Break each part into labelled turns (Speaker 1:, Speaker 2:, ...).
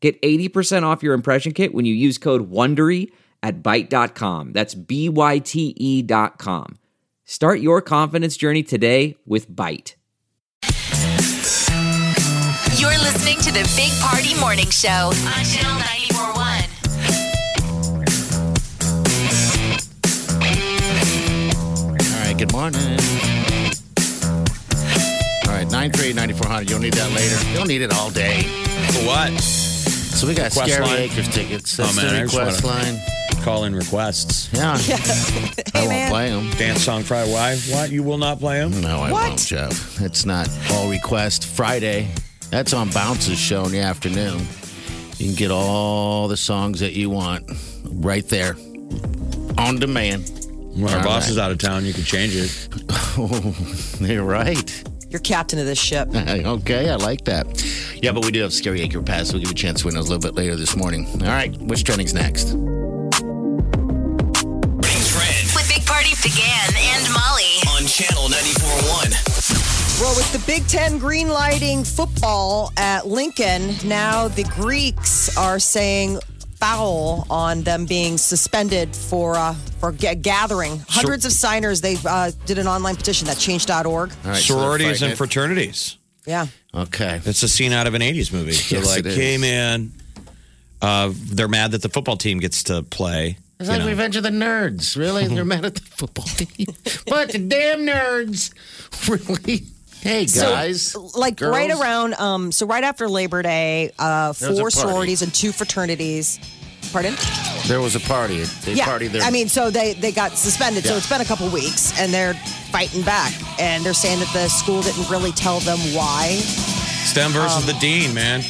Speaker 1: Get 80% off your impression kit when you use code WONDERY at Byte.com. That's B-Y-T-E E dot com. Start your confidence journey today with Byte.
Speaker 2: You're listening to the Big Party Morning Show on Channel 941.
Speaker 3: All right, good morning. All right, 938 9400. You'll need that later. You'll need it all day.
Speaker 4: For what?
Speaker 3: So we got
Speaker 4: Request
Speaker 3: Scary
Speaker 4: line.
Speaker 3: Acres tickets.
Speaker 4: Oh,
Speaker 3: That's
Speaker 4: man,
Speaker 3: the
Speaker 4: I just
Speaker 3: request
Speaker 4: wanna-
Speaker 3: line.
Speaker 4: Call in requests.
Speaker 3: Yeah. I won't play them.
Speaker 4: Dance song Friday. Why? What? You will not play them?
Speaker 3: No, I won't, Jeff. It's not all request Friday. That's on Bounce's show in the afternoon. You can get all the songs that you want right there on demand.
Speaker 4: When our
Speaker 3: All
Speaker 4: boss
Speaker 3: right.
Speaker 4: is out of town, you can change it.
Speaker 3: Oh, you're right.
Speaker 5: You're captain of this ship.
Speaker 3: Okay, I like that. Yeah, but we do have Scary Acre Pass. We'll give you a chance to win those a little bit later this morning. All right, which trending's next?
Speaker 2: With Big Party began and Molly.
Speaker 6: on Channel 94.1.
Speaker 5: Well, with the Big Ten green lighting football at Lincoln, now the Greeks are saying foul on them being suspended for uh, for g- gathering. Hundreds of signers. They uh, did an online petition that change.org.
Speaker 3: All right, so they're
Speaker 4: Sororities
Speaker 3: fighting
Speaker 4: and fraternities.
Speaker 5: Yeah.
Speaker 3: it. okay.
Speaker 4: It's a scene out of an 80s movie. They're
Speaker 3: Yes,
Speaker 4: like,
Speaker 3: it is.
Speaker 4: hey, man. Uh, they're mad that the football team gets to play.
Speaker 3: It's
Speaker 4: you
Speaker 3: like
Speaker 4: know.
Speaker 3: Revenge of the Nerds. Really? They're mad at the football team. but the damn nerds. Really? Hey, guys.
Speaker 5: like right
Speaker 3: girls.
Speaker 5: around um so right after labor day uh
Speaker 3: There's a
Speaker 5: four
Speaker 3: party.
Speaker 5: sororities and two fraternities pardon
Speaker 3: There was a party. They
Speaker 5: yeah
Speaker 3: partied there.
Speaker 5: i mean so they they got suspended so
Speaker 3: Yeah.
Speaker 5: it's been a couple weeks and they're fighting back and they're saying that the school didn't really tell them why
Speaker 4: It's them versus the dean, man.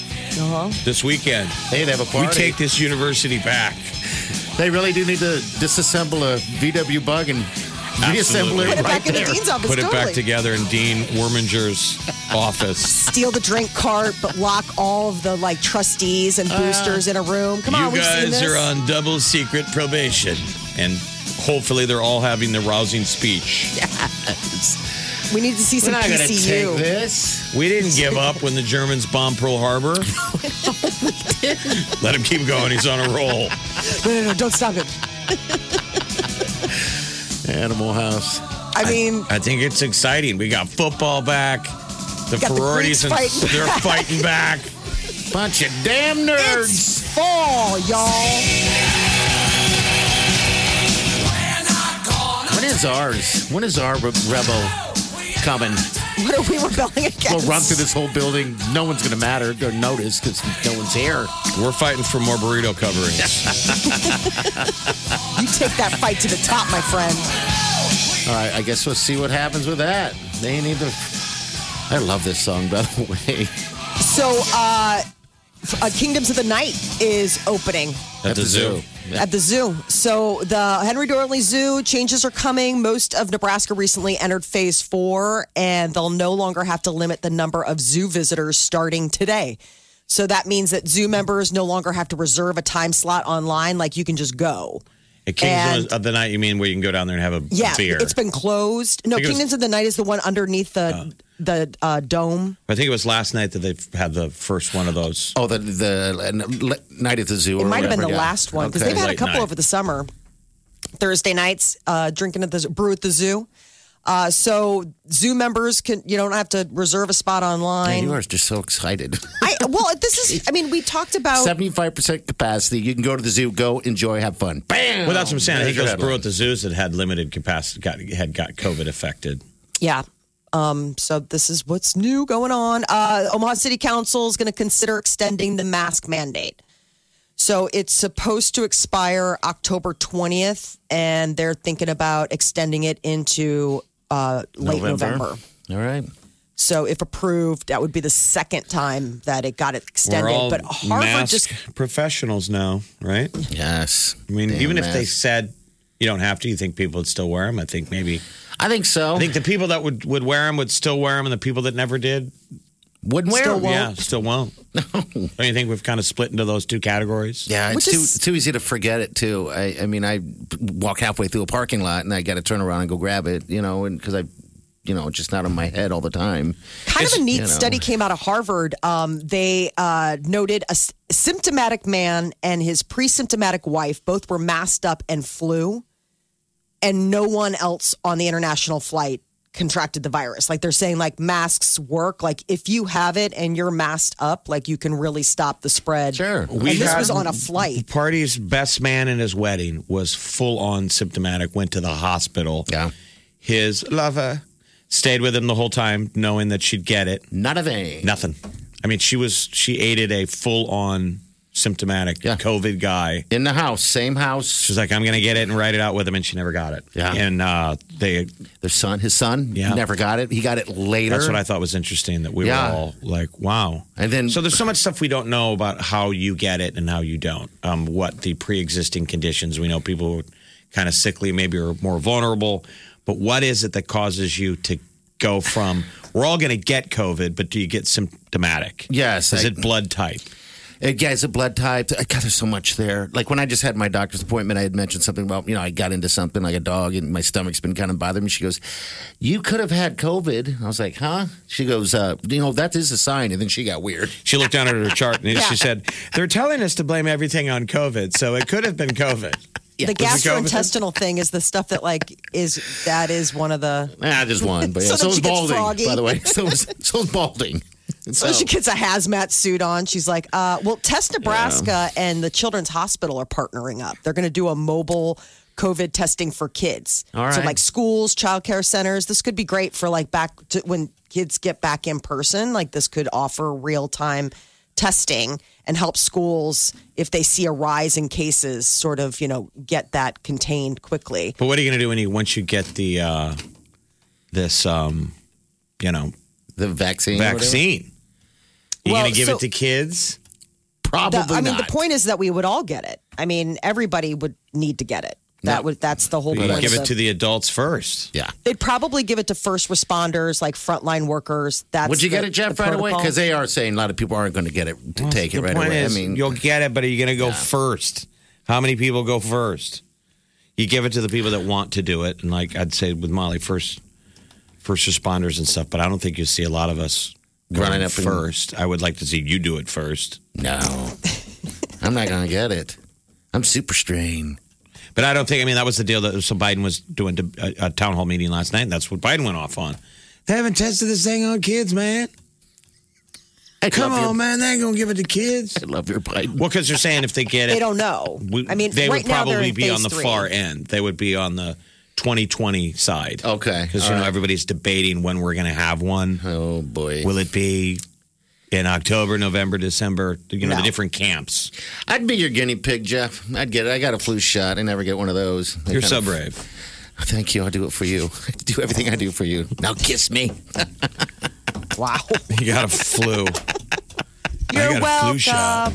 Speaker 4: This weekend.
Speaker 3: hey, they have a party.
Speaker 4: We take this university back.
Speaker 3: they really do need to disassemble a VW bug and reassemble
Speaker 4: Absolutely.
Speaker 3: it
Speaker 5: put it
Speaker 3: right
Speaker 5: back in
Speaker 3: there.
Speaker 5: the dean's office
Speaker 4: Put it
Speaker 5: totally.
Speaker 4: back together in Dean Worminger's office.
Speaker 5: steal the drink cart but lock all of the like trustees
Speaker 3: Uh,
Speaker 5: and boosters in a room come on
Speaker 4: you
Speaker 5: we've seen
Speaker 4: guys
Speaker 5: this
Speaker 4: are on double secret probation. And hopefully they're all having the rousing speech.
Speaker 5: we need to see
Speaker 3: We're
Speaker 5: some
Speaker 3: not going to take
Speaker 5: pcu
Speaker 3: this.
Speaker 4: We didn't give up when the Germans bombed Pearl Harbor. Let him keep going. He's on a roll.
Speaker 5: no no no don't stop it
Speaker 3: Animal House.
Speaker 5: i mean
Speaker 4: I think it's exciting. We got football back. The
Speaker 5: Got the
Speaker 4: priorities
Speaker 5: Greeks fighting
Speaker 4: they're fighting back.
Speaker 3: Bunch of damn nerds.
Speaker 5: it's fall y'all
Speaker 3: When is ours? When is our re- Rebo coming?
Speaker 5: What are we rebelling against?
Speaker 3: We'll run through this whole building. No one's going to matter or notice because no one's here.
Speaker 4: We're fighting for more burrito coverings.
Speaker 5: You take that fight to the top, my friend.
Speaker 3: All right, I guess we'll see what happens with that. They need to. I love this song, by the way.
Speaker 5: So, uh, f- uh, Kingdoms of the Night is opening
Speaker 4: At the zoo.
Speaker 5: at the zoo. So, the Henry Dorley Zoo changes are coming. Most of Nebraska recently entered phase four, and they'll no longer have to limit the number of zoo visitors starting today. So, that means that zoo members no longer have to reserve a time slot online. Like, you can just go.
Speaker 4: At Kings
Speaker 5: And-
Speaker 4: of the Night, you mean where you can go down there and have a
Speaker 5: Yeah,
Speaker 4: beer?
Speaker 5: it's been closed. No,
Speaker 4: Think it was-
Speaker 5: Kingdoms of the Night is the one underneath the the uh, dome.
Speaker 4: I think it was last night that they had the first one of those.
Speaker 3: Oh, the the uh, night at the zoo.
Speaker 5: It
Speaker 3: or
Speaker 5: might have been the
Speaker 3: whatever, yeah.
Speaker 5: last one because
Speaker 3: Okay.
Speaker 5: they've had a
Speaker 4: Late
Speaker 5: couple
Speaker 4: night.
Speaker 5: over the summer. Thursday nights, uh, drinking at the zoo- brew at the zoo. Uh, so zoo members can you don't have to reserve a spot
Speaker 3: Man,
Speaker 5: online.
Speaker 3: you are just so excited.
Speaker 5: I, well, this is. I mean, we talked about.
Speaker 3: Seventy-five percent capacity. You can go to the zoo, go enjoy, have fun. Bam.
Speaker 4: Well, that's what I'm saying. I think
Speaker 3: There's your
Speaker 4: those brew
Speaker 3: headline.
Speaker 4: at the zoos that had limited capacity got, had got COVID affected.
Speaker 5: Yeah. Um, so this is what's new going on. Uh, Omaha City Council is going to consider extending the mask mandate. So it's supposed to expire October 20th, and they're thinking about extending it into uh, late November.
Speaker 3: All right.
Speaker 5: So, if approved, that would be the second time that it got
Speaker 4: We're all
Speaker 5: extended. But Harvard
Speaker 4: mask
Speaker 5: just
Speaker 4: professionals now, right?
Speaker 3: Yes.
Speaker 4: I mean,
Speaker 3: Damn
Speaker 4: even if they
Speaker 3: mask.
Speaker 4: said you don't have to, you think people would still wear them? I think maybe.
Speaker 3: I think so.
Speaker 4: I think the people that would, would wear them would still wear them, and the people that never did,
Speaker 3: Wouldn't wear
Speaker 5: Still
Speaker 3: them.
Speaker 5: won't.
Speaker 4: yeah, still won't. No. Don't you think we've kind of split into those two categories?
Speaker 3: Yeah, it's
Speaker 5: Which
Speaker 3: too,
Speaker 5: is-
Speaker 3: too easy to forget it too. I, I mean, I walk halfway through a parking lot and I got to turn around and go grab it, you know, and because I, you know, just not in my head all the time.
Speaker 5: Kind of a neat
Speaker 3: you know.
Speaker 5: study came out of Harvard. Um, they uh, noted a s- symptomatic man and his pre-symptomatic wife both were masked up and flew, and no one else on the international flight contracted the virus. Like they're saying, like masks work. Like if you have it and you're masked up, like you can really stop the spread.
Speaker 3: Sure.
Speaker 5: and this was on a flight.
Speaker 4: Party's best man in his wedding was full on symptomatic, went to the hospital.
Speaker 3: Yeah,
Speaker 4: His lover stayed with him the whole time, knowing that she'd get it.
Speaker 3: not a thing.
Speaker 4: Nothing. I mean, she was, she aided a full on symptomatic
Speaker 3: Yeah.
Speaker 4: COVID guy.
Speaker 3: In the house, same house.
Speaker 4: She's like, I'm going to get it and write it out with him. And she never got it.
Speaker 3: Yeah.
Speaker 4: And uh, they,
Speaker 3: Their son, his son,
Speaker 4: Yeah.
Speaker 3: never got it. He got it later.
Speaker 4: that's what I thought was interesting that we
Speaker 3: Yeah.
Speaker 4: were all like, wow.
Speaker 3: And then
Speaker 4: So there's so much stuff we don't know about how you get it and how you don't. Um, what the pre-existing conditions we know people who are kind of sickly maybe are more vulnerable, but what is it that causes you to go from we're all going to get COVID, but do you get symptomatic?
Speaker 3: Yes,
Speaker 4: is
Speaker 3: I-
Speaker 4: it blood type?
Speaker 3: Uh, guys, a blood type. Uh, God, there's so much there. Like when I just had my doctor's appointment, I had mentioned something about, you know, I got into something like a dog and my stomach's been kind of bothering me. She goes, You could have had COVID. I was like, Huh? She goes, uh, You know, that is a sign. And then she got weird.
Speaker 4: She looked down at her chart and she said, "They're telling us to blame everything on COVID, so it could have been COVID."
Speaker 5: The
Speaker 4: Was it COVID?
Speaker 5: gastrointestinal thing is the stuff that like is that is one of the
Speaker 3: Ah, there's one. But yeah,
Speaker 5: So
Speaker 3: so,
Speaker 5: then
Speaker 3: was
Speaker 5: she gets
Speaker 3: balding,
Speaker 5: froggy.
Speaker 3: by the way. So was, so was balding. And
Speaker 5: So she gets a hazmat suit on. She's like, uh, well, Test Nebraska and the Children's Hospital are partnering up. They're going to do a mobile COVID testing for kids.
Speaker 3: All
Speaker 5: So,
Speaker 3: right.
Speaker 5: like schools, childcare centers, this could be great for like back to when kids get back in person. Like, this could offer real time testing and help schools, if they see a rise in cases, sort of, you know, get that contained quickly.
Speaker 4: But what are you going to do when you once you get the uh, this um, you know
Speaker 3: the vaccine. or whatever?
Speaker 4: vaccine? You
Speaker 5: Well,
Speaker 4: going to give
Speaker 5: so-
Speaker 4: it to kids?
Speaker 3: Probably
Speaker 5: The- I mean,
Speaker 3: not.
Speaker 5: the point is that we would all get it. I mean, everybody would need to get it. That would that's the whole
Speaker 4: You
Speaker 5: point.
Speaker 4: give
Speaker 5: of
Speaker 4: it to the adults first.
Speaker 3: yeah.
Speaker 5: They'd probably give it to first responders, like frontline workers. That's
Speaker 3: Would you
Speaker 5: the-
Speaker 3: get it, Jeff,
Speaker 5: the
Speaker 3: right away?
Speaker 5: protocol.
Speaker 3: Because they are saying a lot of people aren't going to get it to take it
Speaker 4: the
Speaker 3: right
Speaker 4: point
Speaker 3: away.
Speaker 4: is,
Speaker 3: I mean,
Speaker 4: you'll get it, but are you going to go first? How many people go first? You give it to the people that want to do it, and like I'd say with Molly, first first responders and stuff. But I don't think you see a lot of us going
Speaker 3: Running up and-
Speaker 4: first. I would like to see you do it first,
Speaker 3: no. I'm not going to get it. I'm super strained.
Speaker 4: but I don't think. I mean, that was the deal that so Biden was doing to- uh, a, a town hall meeting last night. And that's what Biden went off on. They haven't tested this thing on kids, man.
Speaker 3: I
Speaker 4: Come
Speaker 3: love
Speaker 4: on,
Speaker 3: your-
Speaker 4: man, they ain't gonna give it to kids.
Speaker 3: I love your Biden.
Speaker 4: Well, because they're saying if they get it,
Speaker 5: They don't know.
Speaker 4: We,
Speaker 5: I mean,
Speaker 4: they
Speaker 5: right
Speaker 4: would
Speaker 5: now they're
Speaker 4: probably
Speaker 5: in
Speaker 4: be on
Speaker 5: phase
Speaker 4: the
Speaker 5: three.
Speaker 4: far end. They would be on the 2020 side.
Speaker 3: Okay.
Speaker 4: Because, you know, everybody's debating when we're going to have one.
Speaker 3: Oh boy.
Speaker 4: Will it be in October, November, December? You know, the
Speaker 5: No.
Speaker 4: different camps.
Speaker 3: I'd be your guinea pig, Jeff. I'd get it. I got a flu shot. I never get one of those. They
Speaker 4: You're
Speaker 3: kind
Speaker 4: so
Speaker 3: of-
Speaker 4: brave.
Speaker 3: Thank you. I'll do it for you. do everything I do for you. Now kiss me.
Speaker 5: Wow.
Speaker 4: You got a flu.
Speaker 5: You're
Speaker 4: I got a
Speaker 5: welcome.
Speaker 4: flu shot.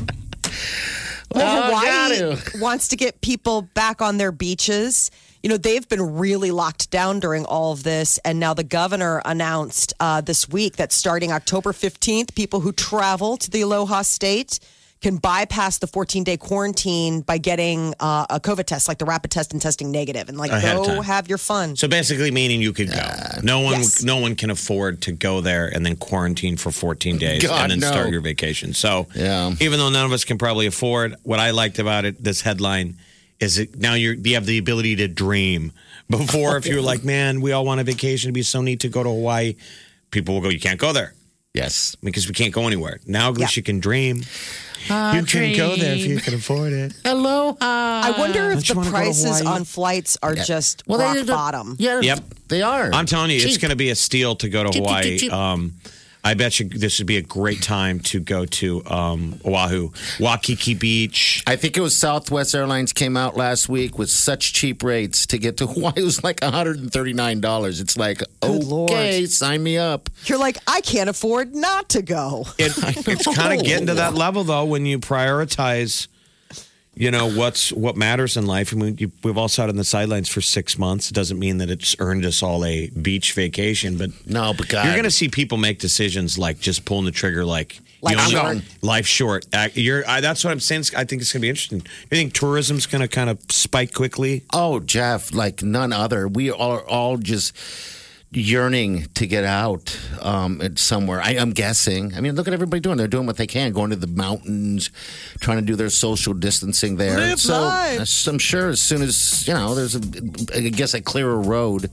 Speaker 5: Well,
Speaker 3: Oh,
Speaker 5: Hawaii
Speaker 3: got
Speaker 5: wants to get people back on their beaches. You know, they've been really locked down during all of this. And now the governor announced uh, this week that starting October 15th, people who travel to the Aloha state can bypass the 14 day quarantine by getting uh, a COVID test, like the rapid test and testing negative, and like
Speaker 4: Ahead of
Speaker 5: go
Speaker 4: time.
Speaker 5: have your fun.
Speaker 4: So basically, meaning you could go. No one,
Speaker 5: yes.
Speaker 4: no one can afford to go there and then quarantine for 14 days
Speaker 3: God,
Speaker 4: and then
Speaker 3: no.
Speaker 4: start your vacation. So
Speaker 3: Yeah.
Speaker 4: even though none of us can probably afford, what I liked about it, this headline is it now you're, you have the ability to dream. Before, if you were like, man, we all want a vacation, it'd be so neat to go to Hawaii. People will go, you can't go there
Speaker 3: Yes.
Speaker 4: because we can't go anywhere. Now at least
Speaker 5: Yeah.
Speaker 4: you can dream. you can go there if you can afford it.
Speaker 3: Aloha.
Speaker 5: I wonder if
Speaker 4: Don't you
Speaker 5: the
Speaker 4: wanna go to
Speaker 5: prices
Speaker 4: Hawaii?
Speaker 5: on flights are just rock
Speaker 3: they're-
Speaker 5: bottom.
Speaker 3: Yeah.
Speaker 4: Yep.
Speaker 3: They are.
Speaker 4: I'm telling you, it's
Speaker 3: Cheap.
Speaker 4: going to be a steal to go to
Speaker 3: Cheap, cheap,
Speaker 4: Hawaii.
Speaker 3: cheap, cheap.
Speaker 4: Um, I bet you this would be a great time to go to um, Oahu, Waikiki Beach.
Speaker 3: I think it was Southwest Airlines came out last week with such cheap rates to get to Hawaii. It was like $139. It's like, okay,
Speaker 5: Lord.
Speaker 3: sign me up.
Speaker 5: You're like, I can't afford not to go.
Speaker 4: It, it's kind of getting to that level though when you prioritize, you know what's what matters in life. And we, you, we've all sat on the sidelines for six months. It doesn't mean that it's earned us all a beach vacation, but
Speaker 3: No, but God.
Speaker 4: You're going to see people make decisions like just pulling the trigger, like
Speaker 5: Life's
Speaker 4: you
Speaker 3: short.
Speaker 4: life short. Uh, You're, I, that's what I'm saying. I think it's going to be interesting. You think tourism's going to kind of spike quickly?
Speaker 3: Oh, Jeff, like none other. We are all just yearning to get out um, at somewhere. I, I'm guessing. I mean, look at everybody doing. They're doing what they can, going to the mountains, trying to do their social distancing there.
Speaker 5: Live
Speaker 3: so
Speaker 5: life.
Speaker 3: I'm sure as soon as you know, there's a, I guess a clearer road.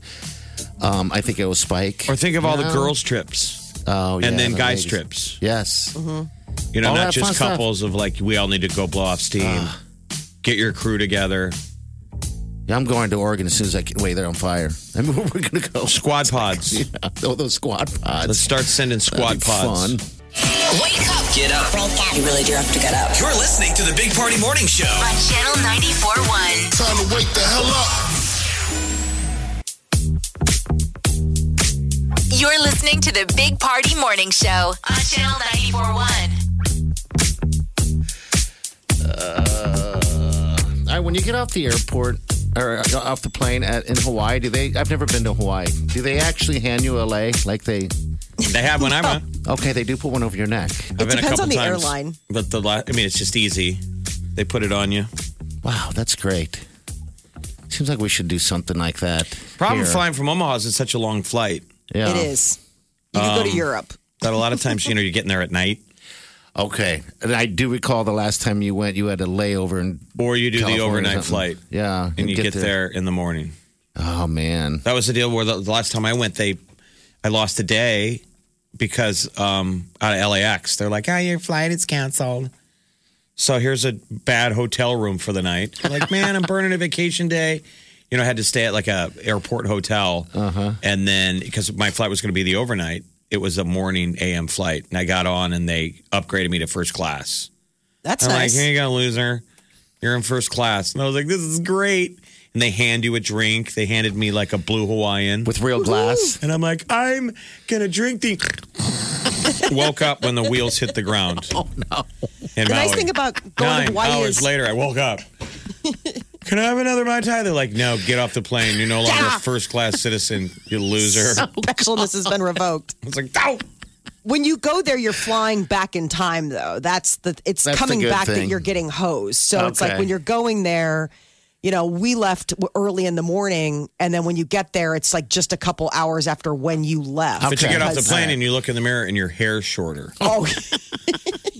Speaker 3: Um, I think it will spike.
Speaker 4: Or think of all
Speaker 3: Yeah.
Speaker 4: the girls' trips
Speaker 3: Oh, yeah,
Speaker 4: and then
Speaker 3: the
Speaker 4: guys'
Speaker 3: ladies.
Speaker 4: trips. Mm-hmm.
Speaker 3: Yes.
Speaker 4: You know,
Speaker 3: All
Speaker 4: not
Speaker 3: that fun
Speaker 4: just
Speaker 3: stuff. Ah.
Speaker 4: couples of like we all need to go blow off steam, get your crew together,
Speaker 3: Yeah, I'm going to Oregon as soon as I can. Wait, they're on fire. I mean, we're going to go.
Speaker 4: squad pods.
Speaker 3: Oh, those squad pods.
Speaker 4: Let's start sending
Speaker 3: That'd
Speaker 4: squad
Speaker 3: be
Speaker 4: pods.
Speaker 3: Fun.
Speaker 6: Wake up. Get up.
Speaker 7: Wake up. You really do have to get up.
Speaker 6: You're listening to the Big Party Morning Show.
Speaker 2: on Channel 94.1.
Speaker 8: Time to wake the hell up.
Speaker 2: You're listening to the Big Party Morning Show on Channel 94.1.
Speaker 3: All right, when you get off the airport or uh, off the plane at, in Hawaii, do they? I've never been to Hawaii. Do they actually hand you a lei? Like they?
Speaker 4: They have when I went.
Speaker 3: Okay, they do put one over your neck.
Speaker 4: I've been a
Speaker 5: depends
Speaker 4: couple
Speaker 5: on the
Speaker 4: times,
Speaker 5: airline.
Speaker 4: But the la- I mean, it's just easy. They put it on you.
Speaker 3: Wow, that's great. Seems like we should do something like that.
Speaker 4: Problem
Speaker 3: here.
Speaker 4: flying from Omaha is it's such a long flight.
Speaker 3: Yeah.
Speaker 5: It is. You can
Speaker 4: Um,
Speaker 5: go to Europe.
Speaker 4: that a lot of times, you know, you're getting there at night,
Speaker 3: Okay, and I do recall the last time you went, you had a layover in
Speaker 4: or you do
Speaker 3: California
Speaker 4: the
Speaker 3: or
Speaker 4: overnight
Speaker 3: something.
Speaker 4: flight,
Speaker 3: Yeah,
Speaker 4: and you get, there. in the morning.
Speaker 3: Oh man,
Speaker 4: That was the deal. Where the, the last time I went, they, I lost a day because um, out of LAX, they're like, "Ah, your flight is canceled." So here's a bad hotel room for the night. I'm like, man, I'm burning a vacation day. You know, I had to stay at like a airport hotel,
Speaker 3: Uh-huh.
Speaker 4: and then because my flight was going to be the overnight, it was a morning AM flight, and I got on, and they upgraded me to first class.
Speaker 5: That's
Speaker 4: I'm
Speaker 5: nice.
Speaker 4: like, here you go, loser. You're in first class. And I was like, this is great. And they hand you a drink. They handed me like a blue Hawaiian.
Speaker 3: with real glass.
Speaker 4: and I'm like, I'm going to drink the. woke up when the wheels hit the ground. Oh, no.
Speaker 5: the nice thing about going
Speaker 4: Nine
Speaker 5: to Hawaii
Speaker 4: hours
Speaker 5: is
Speaker 4: later, I woke up. Can I have another Mai Tai? They're like, no, get off the plane. You're no longer a first class citizen, you loser. I
Speaker 5: specialness has been revoked.
Speaker 4: was like, no.
Speaker 5: When you go there, you're flying back in time, though. That's the it's
Speaker 3: That's the
Speaker 5: coming
Speaker 3: good
Speaker 5: back that
Speaker 3: thing.
Speaker 5: you're getting hosed. So it's
Speaker 3: Okay.
Speaker 5: like when you're going there, you know, we left w- early in the morning, and then when you get there, it's like just a couple hours after when you left.
Speaker 4: But you
Speaker 3: Okay.
Speaker 4: get off the
Speaker 5: Because-
Speaker 4: plane and you look in the mirror and your hair's shorter.
Speaker 5: Oh,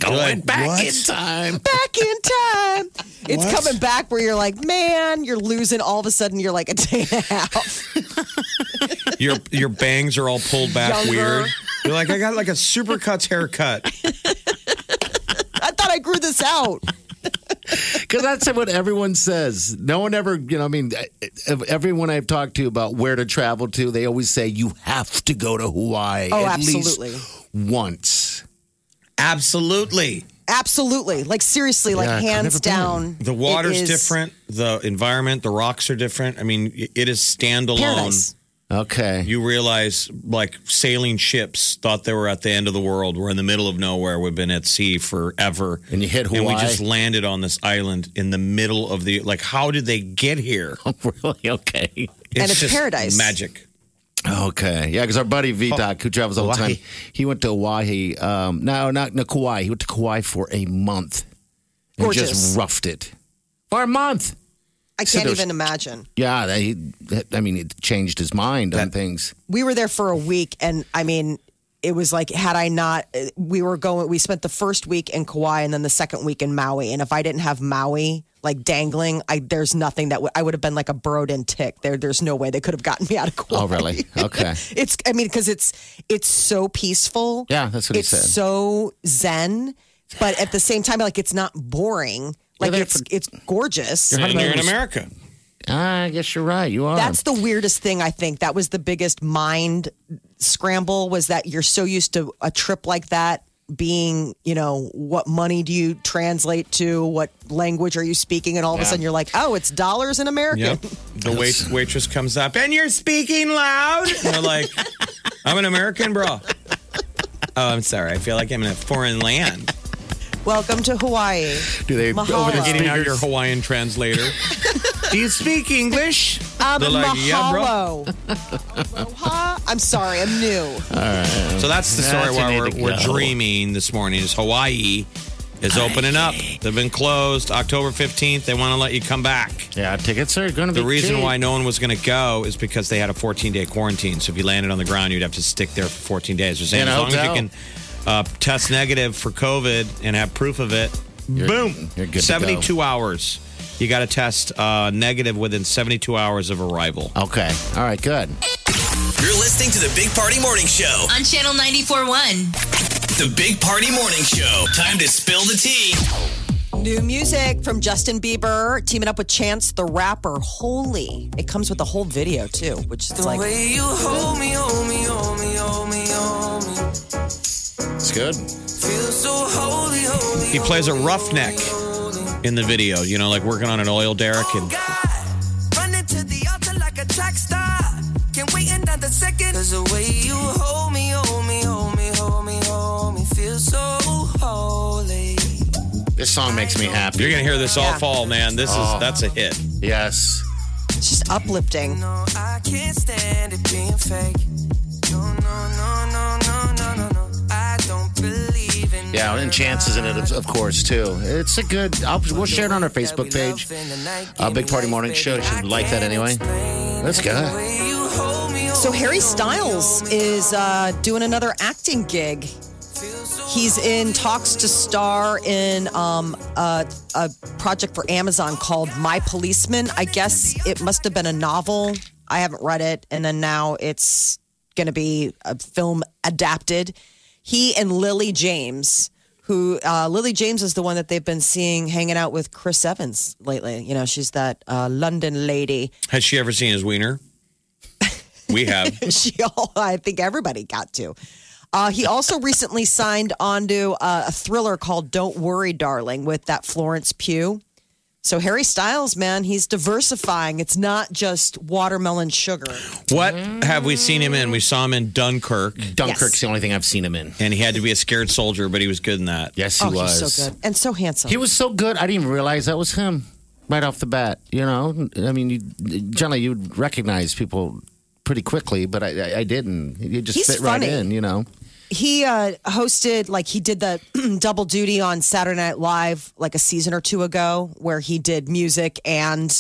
Speaker 4: Going
Speaker 3: Back in time.
Speaker 5: back in time. It's coming back where you're like, man, you're losing. All of a sudden, you're like a day and a half.
Speaker 4: your your bangs are all pulled back
Speaker 5: Younger.
Speaker 4: weird. You're like, I got like a supercuts haircut.
Speaker 5: I thought I grew this out.
Speaker 3: Because that's what everyone says. No one ever, you know, I mean, ev- everyone I've talked to about where to travel to, they always say you have to go to Hawaii.
Speaker 5: Oh,
Speaker 3: at least
Speaker 5: absolutely.
Speaker 3: once.
Speaker 4: Absolutely.
Speaker 5: Absolutely. Like seriously, like
Speaker 3: Yeah, I've
Speaker 5: hands
Speaker 3: never been.
Speaker 5: down.
Speaker 4: The
Speaker 5: it
Speaker 4: water's
Speaker 5: is
Speaker 4: different, the environment, the rocks are different. I mean, i- it is standalone.
Speaker 5: Paradise.
Speaker 3: Okay.
Speaker 4: You realize like sailing ships thought they were at the end of the world. We're in the middle of nowhere. We've been at sea forever.
Speaker 3: And you hit
Speaker 4: And we
Speaker 3: Hawaii.
Speaker 4: just landed on this island in the middle of the like how did they get here?
Speaker 3: really? Okay.
Speaker 5: And it's
Speaker 4: just
Speaker 5: paradise.
Speaker 4: Magic.
Speaker 3: Okay. Yeah, because our buddy Vidoc, who travels all the time,
Speaker 4: Hawaii.
Speaker 3: he went to Hawaii. Um, no, not no, Kauai. He went to Kauai for a month. And
Speaker 5: Gorgeous.
Speaker 3: just roughed it. For a month.
Speaker 5: I
Speaker 3: So
Speaker 5: can't
Speaker 3: there's-
Speaker 5: even imagine.
Speaker 3: Yeah. They, I mean, it changed his mind on things.
Speaker 5: We were there for a week and I mean it was like had I not we were going we spent the first week in Kauai and then the second week in Maui and if I didn't have Maui like dangling I there's nothing that would I would have been like a Broden tick there there's no way they could have gotten me out of Kauai
Speaker 3: Oh, really? Okay.
Speaker 5: It's I mean because it's it's so peaceful.
Speaker 3: Yeah, that's what he
Speaker 5: it's
Speaker 3: said.
Speaker 5: So zen, but at the same time, like it's not boring. Like
Speaker 3: You're there
Speaker 5: it's it's gorgeous.
Speaker 4: And you're in America.
Speaker 3: Ah, I guess you're right. You are.
Speaker 5: That's the weirdest thing I think. That was the biggest mind scramble was that you're so used to a trip like that being, you know, what money do you translate to? What language are you speaking? And all of a sudden you're like, oh, it's dollars in American.
Speaker 4: Yep. The wait- waitress comes up and you're speaking loud. And they're like, I'm an American, bro. Oh, I'm sorry. I feel like I'm in a foreign land.
Speaker 5: Welcome to Hawaii.
Speaker 3: Do they
Speaker 5: Mahalo.
Speaker 3: over the
Speaker 5: Getting
Speaker 4: Getting out
Speaker 3: speakers?
Speaker 4: your Hawaiian translator. Do you speak English?
Speaker 5: Um,
Speaker 4: They're like, yeah, bro.
Speaker 5: mahalo. Aloha. I'm sorry, I'm new.
Speaker 4: So that's the story
Speaker 3: That's
Speaker 4: why
Speaker 3: where
Speaker 4: we're,
Speaker 3: to
Speaker 4: we're
Speaker 3: go.
Speaker 4: dreaming this morning is Hawaii is opening up. They've been closed October 15th. They want to let you come back.
Speaker 3: Yeah, tickets are going to be.
Speaker 4: The reason
Speaker 3: cheap.
Speaker 4: why no one was going to go is because they had a 14 day quarantine. So if you landed on the ground, you'd have to stick there for 14 days. They're saying
Speaker 3: In a
Speaker 4: as long as you
Speaker 3: hotel.
Speaker 4: can uh, test negative for COVID and have proof of it,
Speaker 3: You're-
Speaker 4: boom,
Speaker 3: you're good to
Speaker 4: 72 hours. You got to test uh, negative within 72 hours of arrival.
Speaker 3: Okay. All right. Good.
Speaker 6: You're listening to the Big Party Morning Show.
Speaker 2: On Channel 94.1.
Speaker 6: The Big Party Morning Show. Time to spill the tea.
Speaker 5: New music from Justin Bieber teaming up with Chance the Rapper. Holy. It comes with a whole video too, which is like
Speaker 6: You hold me, hold me, hold me, hold me, hold me.
Speaker 3: It's good.
Speaker 6: Feel so holy, holy.
Speaker 4: He plays a roughneck in the video, you know, like working on an oil derrick. And
Speaker 6: God, running to the altar like a track star. Can't wait another second. Cause the way you hold me, hold me, hold me, hold me, hold me. Feel so holy.
Speaker 3: This song makes me happy.
Speaker 4: you're going to hear this all
Speaker 5: Yeah.
Speaker 4: fall, man. This
Speaker 3: Oh.
Speaker 4: is that's a hit.
Speaker 3: yes.
Speaker 5: it's just uplifting.
Speaker 6: No, I can't stand it being fake. No, no, no, no, no, no, no, no. I don't believe in
Speaker 3: Yeah, and chances in it, of- of course, too. It's a good. I'll, we'll share it on our Facebook page. Uh, Big Party Morning Show. You should like that anyway. That's good.
Speaker 5: So Harry Styles is uh, doing another acting gig. He's in talks to star in um, a, a project for Amazon called My Policeman. I guess it must have been a novel. I haven't read it, and then now it's going to be a film adapted. He and Lily James, who uh, Lily James is the one that they've been seeing hanging out with Chris Evans lately. You know, she's that uh, London lady.
Speaker 4: Has she ever seen his wiener? We have.
Speaker 5: she all I think everybody got to. Uh, he also recently signed onto uh, a thriller called "Don't Worry, Darling" with that Florence Pugh. So Harry Styles, man, he's diversifying. It's not just watermelon sugar.
Speaker 4: What have we seen him in? We saw him in Dunkirk,
Speaker 3: Dunkirk's the only thing I've seen him in.
Speaker 4: and he had to be a scared soldier, but he was good in that.
Speaker 3: Yes, he
Speaker 5: Oh,
Speaker 3: was.
Speaker 5: he's so good and so handsome.
Speaker 3: He was so good. I didn't even realize that was him right off the bat. You know, I mean, you, generally you would recognize people pretty quickly, but I, I, I didn't. You just
Speaker 5: He's
Speaker 3: fit right
Speaker 5: funny.
Speaker 3: in. You know.
Speaker 5: he uh, hosted like he did the double duty on Saturday Night Live like a season or two ago, where he did music and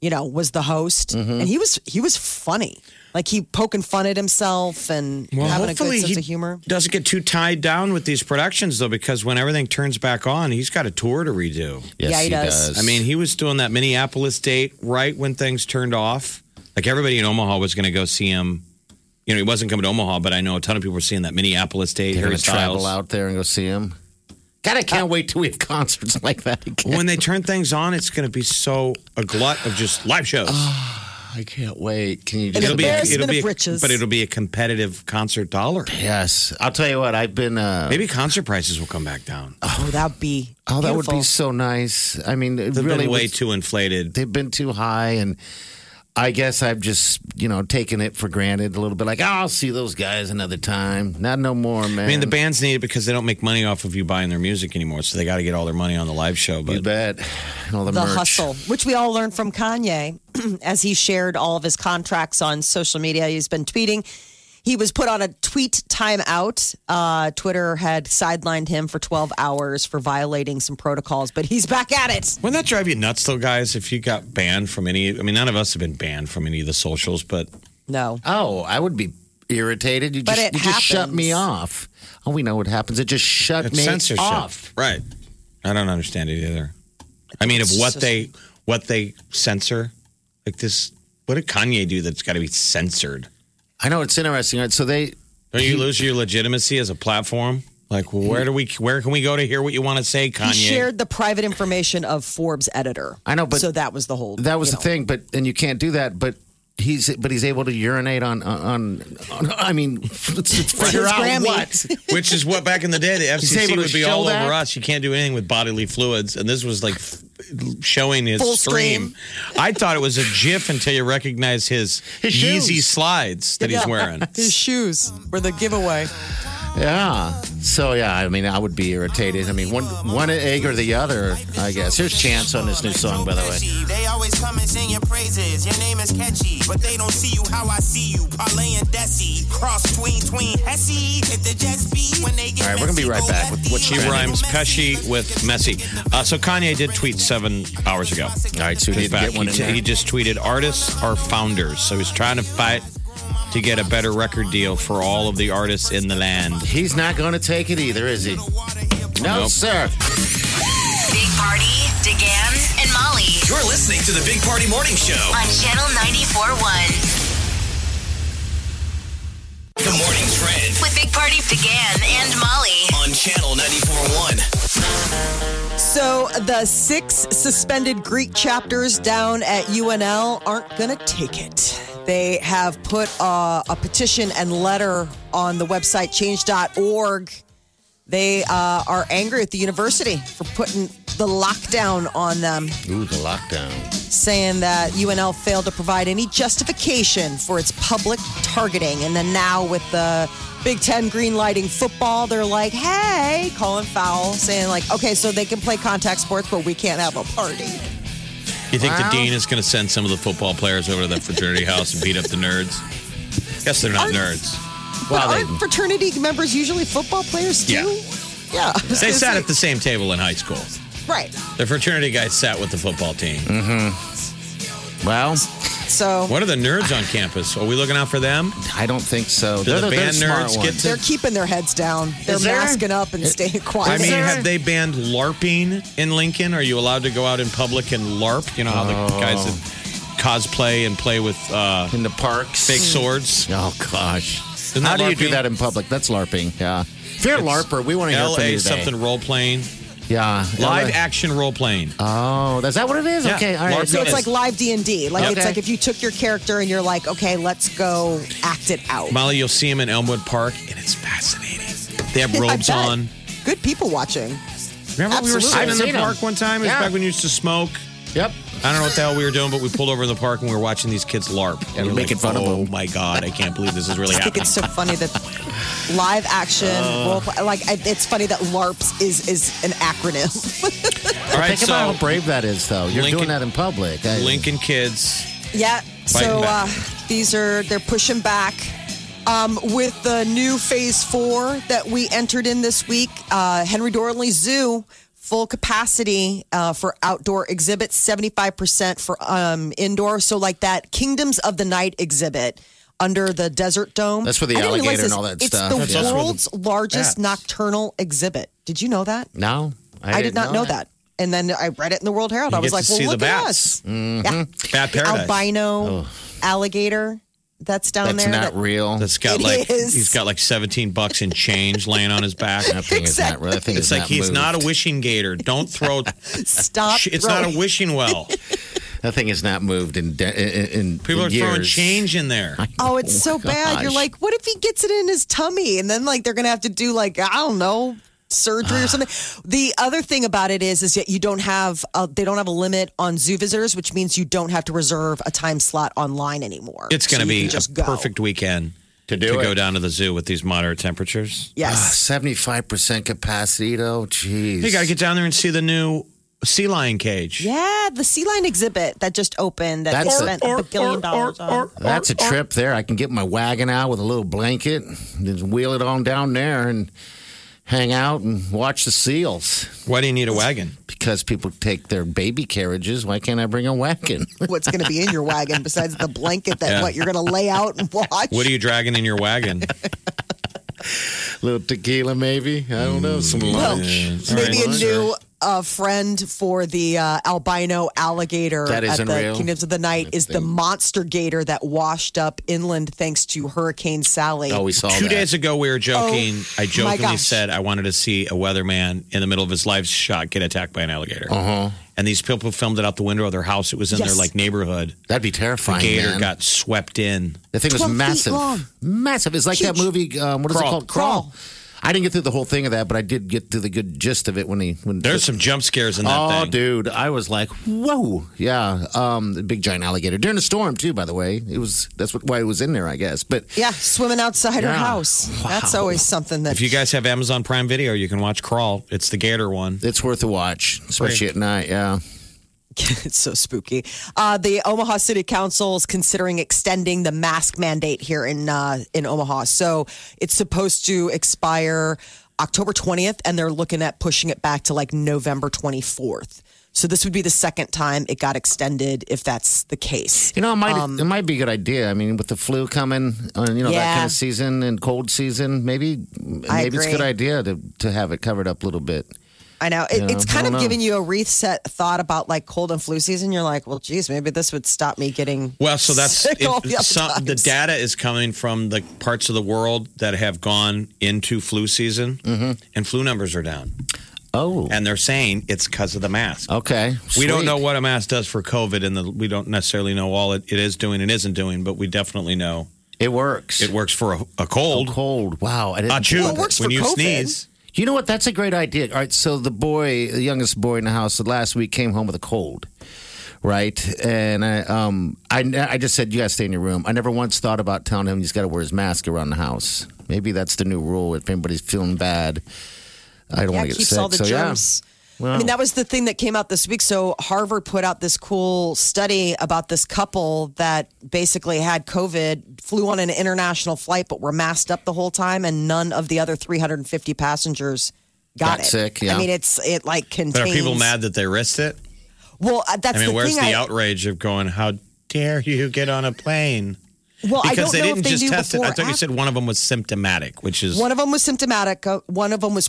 Speaker 5: you know was the host,
Speaker 3: Mm-hmm.
Speaker 5: and he was he was funny. Like he poking fun at himself and having a good sense
Speaker 4: he
Speaker 5: of humor.
Speaker 4: doesn't get too tied down with these productions, though, because when everything turns back on, he's got a tour to redo.
Speaker 3: Yes,
Speaker 5: Yeah, he
Speaker 3: he
Speaker 5: does.
Speaker 3: does.
Speaker 4: I mean, he was doing that Minneapolis date right when things turned off. Like everybody in Omaha was going to go see him. You know, he wasn't coming to Omaha, but I know a ton of people were seeing that Minneapolis date.
Speaker 3: You're
Speaker 4: Harry
Speaker 3: gonna travel
Speaker 4: Styles. Uh,
Speaker 3: out there and go see him. God, I can't wait till we have concerts like that again.
Speaker 4: When they turn things on, it's going to be so a glut of just live shows.
Speaker 5: Oh,
Speaker 3: I can't wait. Can you just?
Speaker 5: It'll
Speaker 4: it'll be a,
Speaker 5: Embarrassment
Speaker 4: it'll be
Speaker 5: of
Speaker 4: a-
Speaker 5: riches.
Speaker 4: but it'll be a competitive concert dollar.
Speaker 3: yes, I'll tell you what. I've been. Uh,
Speaker 4: Maybe concert prices will come back down.
Speaker 5: Oh, that'd be
Speaker 3: oh, that would be so
Speaker 5: beautiful.
Speaker 3: nice. I mean, it
Speaker 4: They've
Speaker 3: really
Speaker 4: been way
Speaker 3: was-
Speaker 4: too inflated.
Speaker 3: they've been too high and I guess I've just, you know, taken it for granted a little bit. Like, oh, I'll see those guys another time. Not no more, man.
Speaker 4: I mean, the bands need it because they don't make money off of you buying their music anymore, so they got to get all their money on the live show. But
Speaker 3: You bet. And all the,
Speaker 5: the
Speaker 3: merch.
Speaker 5: hustle, which we all learned from Kanye as he shared all of his contracts on social media. He's been tweeting. He was put on a tweet timeout. Uh, Twitter had sidelined him for 12 hours for violating some protocols, but he's back at it.
Speaker 4: wouldn't that drive you nuts, though, guys? If you got banned from any, I mean, none of us have been banned from any of the socials, but
Speaker 5: No.
Speaker 3: Oh, I would be irritated. You
Speaker 5: But
Speaker 3: just,
Speaker 5: it
Speaker 3: you just shut
Speaker 5: happens.
Speaker 3: me off. Oh, we know what happens. It just shut
Speaker 4: it's
Speaker 3: me
Speaker 4: censorship,
Speaker 3: off.
Speaker 4: right? I don't understand it either. I mean, of
Speaker 5: It's
Speaker 4: what
Speaker 5: just-
Speaker 4: they what they censor, like this. What did Kanye do that's got to be censored?
Speaker 3: I know it's interesting. Right? So they
Speaker 4: Don't you lose your legitimacy as a platform? Like, where do we? Where can we go to hear what you want to say, Kanye?
Speaker 5: He shared the private information of Forbes editor.
Speaker 3: I know, but-
Speaker 5: so that was the whole.
Speaker 3: that was
Speaker 5: you
Speaker 3: the
Speaker 5: know.
Speaker 3: thing, but and you can't do that, but he's but he's able to urinate on on. on I mean, let's, let's figure
Speaker 5: his
Speaker 3: out
Speaker 5: Grammy.
Speaker 3: what.
Speaker 4: Which is what back in the day the FCC
Speaker 3: able to
Speaker 4: would be
Speaker 3: show
Speaker 4: all
Speaker 3: that?
Speaker 4: over us. You can't do anything with bodily fluids, and this was like f- showing his
Speaker 5: Full
Speaker 4: stream. I thought it was a GIF until you recognize his,
Speaker 3: His
Speaker 4: Yeezy
Speaker 3: shoes.
Speaker 4: slides that he's wearing.
Speaker 5: His shoes were the giveaway.
Speaker 3: Yeah. So yeah, I mean, I would be irritated. I mean, one one egg or the other, I guess. Here's Chance on this new song, by the way.
Speaker 7: They always come and sing your praises. Your name is catchy, but they don't see you how I see you. Parlay and Desi, cross tween tween Hesse. Hit the jet speed when they get.
Speaker 3: All right, we're gonna be right back with what's
Speaker 4: She rhymes Pesci with messy. Uh, so Kanye did tweet seven hours ago.
Speaker 3: All right, so we
Speaker 4: In
Speaker 3: need to
Speaker 4: fact,
Speaker 3: get one in
Speaker 4: he,
Speaker 3: there.
Speaker 4: he just tweeted, "Artists are founders," so he's trying to fight to get a better record deal for all of the artists in the land.
Speaker 3: He's not going to take it either, is he? No,
Speaker 4: Nope.
Speaker 3: sir.
Speaker 2: Big Party, DeGan, and Molly
Speaker 8: You're listening to the Big Party Morning Show.
Speaker 2: on Channel 94.1
Speaker 8: The Morning Trend
Speaker 2: with Big Party, DeGan, and Molly.
Speaker 8: on Channel 94.1.
Speaker 5: So the six suspended Greek chapters down at UNL aren't going to take it. They have put uh, a petition and letter on the website change.org. They uh, are angry at the university for putting the lockdown on them,
Speaker 3: Ooh, the lockdown.
Speaker 5: saying that UNL failed to provide any justification for its public targeting. And then now with the Big Ten green lighting football, they're like, hey, calling foul, saying, like, okay, so they can play contact sports, but we can't have a party.
Speaker 4: You think
Speaker 3: Wow.
Speaker 4: the dean is going to send some of the football players over to that fraternity house and beat up the nerds? Guess they're not nerds.
Speaker 3: Well,
Speaker 5: but
Speaker 3: they-
Speaker 5: aren't fraternity members usually football players too?
Speaker 4: Yeah.
Speaker 5: Yeah. I was
Speaker 4: They
Speaker 5: gonna
Speaker 4: sat
Speaker 5: say-
Speaker 4: at the same table in high school.
Speaker 5: Right.
Speaker 4: The fraternity guys sat with the football team.
Speaker 3: Mm-hmm. Well,
Speaker 5: So
Speaker 4: What are the nerds on campus? Are we looking out for them?
Speaker 3: I don't think so.
Speaker 4: Do the band
Speaker 3: smart
Speaker 4: nerds
Speaker 3: ones.
Speaker 4: get
Speaker 5: they're
Speaker 4: to?
Speaker 5: keeping their heads down. They're
Speaker 3: Is there-
Speaker 5: masking up and staying quiet.
Speaker 4: I mean,
Speaker 3: there-
Speaker 4: have they banned LARPing in Lincoln? Are you allowed to go out in public and LARP? You know how the
Speaker 3: Oh.
Speaker 4: guys that cosplay and play with uh,
Speaker 3: in the parks?
Speaker 4: fake swords?
Speaker 3: Oh gosh.
Speaker 4: Isn't
Speaker 3: How
Speaker 4: that
Speaker 3: do you do
Speaker 4: LARPing?
Speaker 3: that in public? That's larping. Yeah. If you're a larper, we want to hear from
Speaker 4: LA
Speaker 3: you today.
Speaker 4: something role playing,
Speaker 3: Yeah.
Speaker 4: live
Speaker 3: LA.
Speaker 4: action role playing.
Speaker 3: Oh, is that what it is?
Speaker 4: Yeah.
Speaker 3: Okay. All right.
Speaker 4: Larping
Speaker 5: so it's
Speaker 4: is-
Speaker 5: like live D and D. Like
Speaker 3: Yep.
Speaker 5: it's
Speaker 3: Okay.
Speaker 5: like if you took your character and you're like, okay, let's go act it out.
Speaker 4: Molly, you'll see him in Elmwood Park, and it's fascinating. They have
Speaker 5: I
Speaker 4: robes
Speaker 5: bet.
Speaker 4: on.
Speaker 5: Good people watching.
Speaker 4: Remember we were
Speaker 5: Absolutely.
Speaker 4: sitting
Speaker 3: I've
Speaker 4: in the
Speaker 3: seen 'em.
Speaker 4: park one time? It was
Speaker 3: Yeah.
Speaker 4: back when you used to smoke.
Speaker 3: Yep.
Speaker 4: I don't know what the hell we were doing, but we pulled over in the park and we were watching these kids LARP.
Speaker 3: And
Speaker 4: we were
Speaker 3: making fun of
Speaker 4: oh
Speaker 3: 'em."
Speaker 4: my God, I can't believe this is really
Speaker 5: I think
Speaker 4: happening.
Speaker 5: it's so funny that live action
Speaker 4: Uh.
Speaker 5: role play, like I- it's funny that LARPs is is an acronym.
Speaker 4: All right,
Speaker 3: Think about
Speaker 4: so
Speaker 3: how brave that is, though. You're
Speaker 4: Lincoln-
Speaker 3: doing that in public. I-
Speaker 4: Lincoln kids.
Speaker 5: Yeah.
Speaker 4: Fighting
Speaker 5: So uh,
Speaker 4: back.
Speaker 5: these are they're pushing back um, with the new phase four that we entered in this week. Uh, Henry Dorley Zoo full capacity uh, for outdoor exhibits, seventy five percent for um, indoor. So like that Kingdoms of the Night exhibit. Under the desert dome.
Speaker 3: That's where the
Speaker 5: I didn't realize
Speaker 3: alligator and
Speaker 5: this.
Speaker 3: all that
Speaker 5: it's
Speaker 3: stuff. That's
Speaker 5: It's the
Speaker 3: also
Speaker 4: where the
Speaker 5: world's largest
Speaker 4: bats.
Speaker 5: nocturnal exhibit. Did you know that?
Speaker 3: No,
Speaker 5: I, did not know, that. And then I read it in the World Herald.
Speaker 4: You
Speaker 5: I was
Speaker 4: get
Speaker 5: like,
Speaker 4: to
Speaker 5: well,
Speaker 4: see the
Speaker 5: look at us.
Speaker 4: bats.
Speaker 5: Yeah
Speaker 4: Bat Paradise.
Speaker 5: albino alligator that's down
Speaker 3: That's
Speaker 5: there.
Speaker 3: not
Speaker 5: that-
Speaker 3: real.
Speaker 4: That's got
Speaker 5: It
Speaker 4: like
Speaker 5: is.
Speaker 4: he's got like 17 bucks in change laying on his back.
Speaker 3: That thing is not real. That thing
Speaker 4: It's
Speaker 3: is
Speaker 4: like
Speaker 3: not
Speaker 4: he's
Speaker 3: moved.
Speaker 4: not a wishing gator. Don't throw.
Speaker 5: Stop.
Speaker 4: it's not
Speaker 5: throwing-
Speaker 4: a wishing well.
Speaker 3: That thing is not moved in de- in, in
Speaker 4: People are
Speaker 3: years.
Speaker 4: throwing change in there.
Speaker 5: Oh, it's so bad. You're
Speaker 3: gosh.
Speaker 5: like, what if he gets it in his tummy? And then like they're gonna have to do like I don't know
Speaker 4: Ah.
Speaker 5: surgery or something. The other thing about it is, is that you don't have uh they don't have a limit on zoo visitors, which means you don't have to reserve a time slot online anymore.
Speaker 4: It's going to
Speaker 5: So you
Speaker 4: be
Speaker 5: can
Speaker 4: a
Speaker 5: just go.
Speaker 4: perfect weekend
Speaker 3: To do
Speaker 4: to
Speaker 3: it.
Speaker 4: go down to the zoo with these moderate temperatures.
Speaker 5: Yes.
Speaker 3: Ah, Seventy-five percent capacity, though. Jeez.
Speaker 4: You got to get down there and see the new sea lion cage.
Speaker 5: yeah, the sea lion exhit that just opened that
Speaker 3: That's
Speaker 5: they
Speaker 3: a-
Speaker 5: spent a billion dollars on.
Speaker 3: That's a trip there. I can get my wagon out with a little blanket, and just wheel it on down there, and hang out and watch the seals.
Speaker 4: Why do you need a wagon?
Speaker 3: Because people take their baby carriages, why can't I bring a wagon?
Speaker 5: what's going to be in your wagon besides the blanket that
Speaker 4: Yeah.
Speaker 5: what you're going to lay out and watch.
Speaker 4: What are you dragging in your wagon?
Speaker 3: little tequila, maybe. I don't know. Some
Speaker 5: Well,
Speaker 3: lunch.
Speaker 5: Mm, maybe
Speaker 4: All
Speaker 5: a
Speaker 4: right.
Speaker 5: new a friend for the uh, albino alligator
Speaker 3: That
Speaker 5: at
Speaker 3: isn't
Speaker 5: the
Speaker 3: real.
Speaker 5: Kingdoms of the Night is the monster gator that washed up inland thanks to Hurricane Sally.
Speaker 3: Oh, we saw
Speaker 4: Two
Speaker 3: that.
Speaker 4: days ago, we were joking. I jokingly
Speaker 5: Oh gosh.
Speaker 4: said I wanted to see a weatherman in the middle of his life shot get attacked by an alligator. Uh-huh. And these people filmed it out the window of their house. It was in their
Speaker 5: Yes.
Speaker 4: like neighborhood.
Speaker 3: That'd be terrifying.
Speaker 4: Gator
Speaker 3: man.
Speaker 4: got swept in.
Speaker 3: The thing was
Speaker 5: 12 feet
Speaker 3: massive.
Speaker 5: long.
Speaker 3: Massive. It's like that movie. Um, what is
Speaker 4: Crawl.
Speaker 3: it called? Crawl. I didn't get through the whole thing of that, but I did get through the good gist of it when he when
Speaker 4: There's some jump scares in that
Speaker 3: Oh,
Speaker 4: thing.
Speaker 3: dude, I was like, whoa, yeah. Um, the big giant alligator during a storm too. By the way, it was that's what, why it was in there, I guess. But
Speaker 5: Yeah, swimming outside her
Speaker 3: Yeah.
Speaker 5: house. That's always something that
Speaker 4: If you guys have Amazon Prime Video, you can watch Crawl. It's the gator one.
Speaker 3: it's worth a watch, especially at night. Yeah,
Speaker 5: it's so spooky. Uh, the Omaha City Council is considering extending the mask mandate here in uh, in Omaha. So it's supposed to expire October 20th, and they're looking at pushing it back to like November 24th. So this would be the second time it got extended, if that's the case.
Speaker 3: you know, it might
Speaker 4: Um,
Speaker 3: it might be a good idea. I mean, with the flu coming, uh, you know, that
Speaker 5: Yeah.
Speaker 3: kind of season and cold season, maybe maybe
Speaker 5: I
Speaker 3: it's a good
Speaker 5: agree.
Speaker 3: idea to to have it covered up a little bit.
Speaker 5: I know it,
Speaker 3: Yeah,
Speaker 5: it's
Speaker 3: I
Speaker 5: kind
Speaker 3: don't
Speaker 5: of
Speaker 3: know.
Speaker 5: giving you a reset thought about like cold and flu season. You're like, well, geez, maybe this would stop me getting
Speaker 4: Well, so that's
Speaker 5: sick all the,
Speaker 4: it,
Speaker 5: other
Speaker 4: some, the
Speaker 5: times.
Speaker 4: data is coming from the parts of the world that have gone into flu season,
Speaker 5: Mm-hmm.
Speaker 4: and flu numbers are down.
Speaker 3: Oh,
Speaker 4: And they're saying it's because of the mask.
Speaker 5: Oh,
Speaker 3: okay.
Speaker 4: We don't
Speaker 3: Sweet.
Speaker 4: know what a mask does for COVID, and the, we don't necessarily know all it, it is doing and isn't doing, but we definitely know
Speaker 3: it works.
Speaker 4: it works for a, a cold.
Speaker 3: cold. Wow, I didn't.
Speaker 4: Achoo,
Speaker 5: Well, it works
Speaker 4: when
Speaker 5: for
Speaker 4: you
Speaker 5: COVID.
Speaker 4: sneeze.
Speaker 3: You know what? That's a great idea. All right, so the boy, the youngest boy in the house, last week came home with a cold, right? And I, um, I, I just said, "You guys stay in your room." I never once thought about telling him he's got to wear his mask around the house. Maybe that's the new rule. If anybody's feeling bad, I don't
Speaker 5: Yeah,
Speaker 3: want to get
Speaker 5: keeps
Speaker 3: sick.
Speaker 5: all the
Speaker 3: so
Speaker 5: germs. I mean, that was the thing that came out this week. So Harvard put out this cool study about this couple that basically had COVID, flew on an international flight, but were masked up the whole time, and none of the other 350 passengers got,
Speaker 3: Got
Speaker 5: it.
Speaker 3: sick, yeah.
Speaker 5: I mean, it's it like contains.
Speaker 4: But are people mad that they risked it?
Speaker 5: Well, uh, that's
Speaker 4: I mean,
Speaker 5: the
Speaker 4: where's
Speaker 5: thing.
Speaker 4: the
Speaker 5: I,
Speaker 4: outrage of going, how dare you get on a plane?
Speaker 5: well, I
Speaker 4: Because
Speaker 5: don't
Speaker 4: they
Speaker 5: know
Speaker 4: didn't
Speaker 5: if they
Speaker 4: just
Speaker 5: knew
Speaker 4: test it.
Speaker 5: before.
Speaker 4: I thought you
Speaker 5: after.
Speaker 4: said one of them was symptomatic, which is.
Speaker 5: One of them was symptomatic. uh, One of them was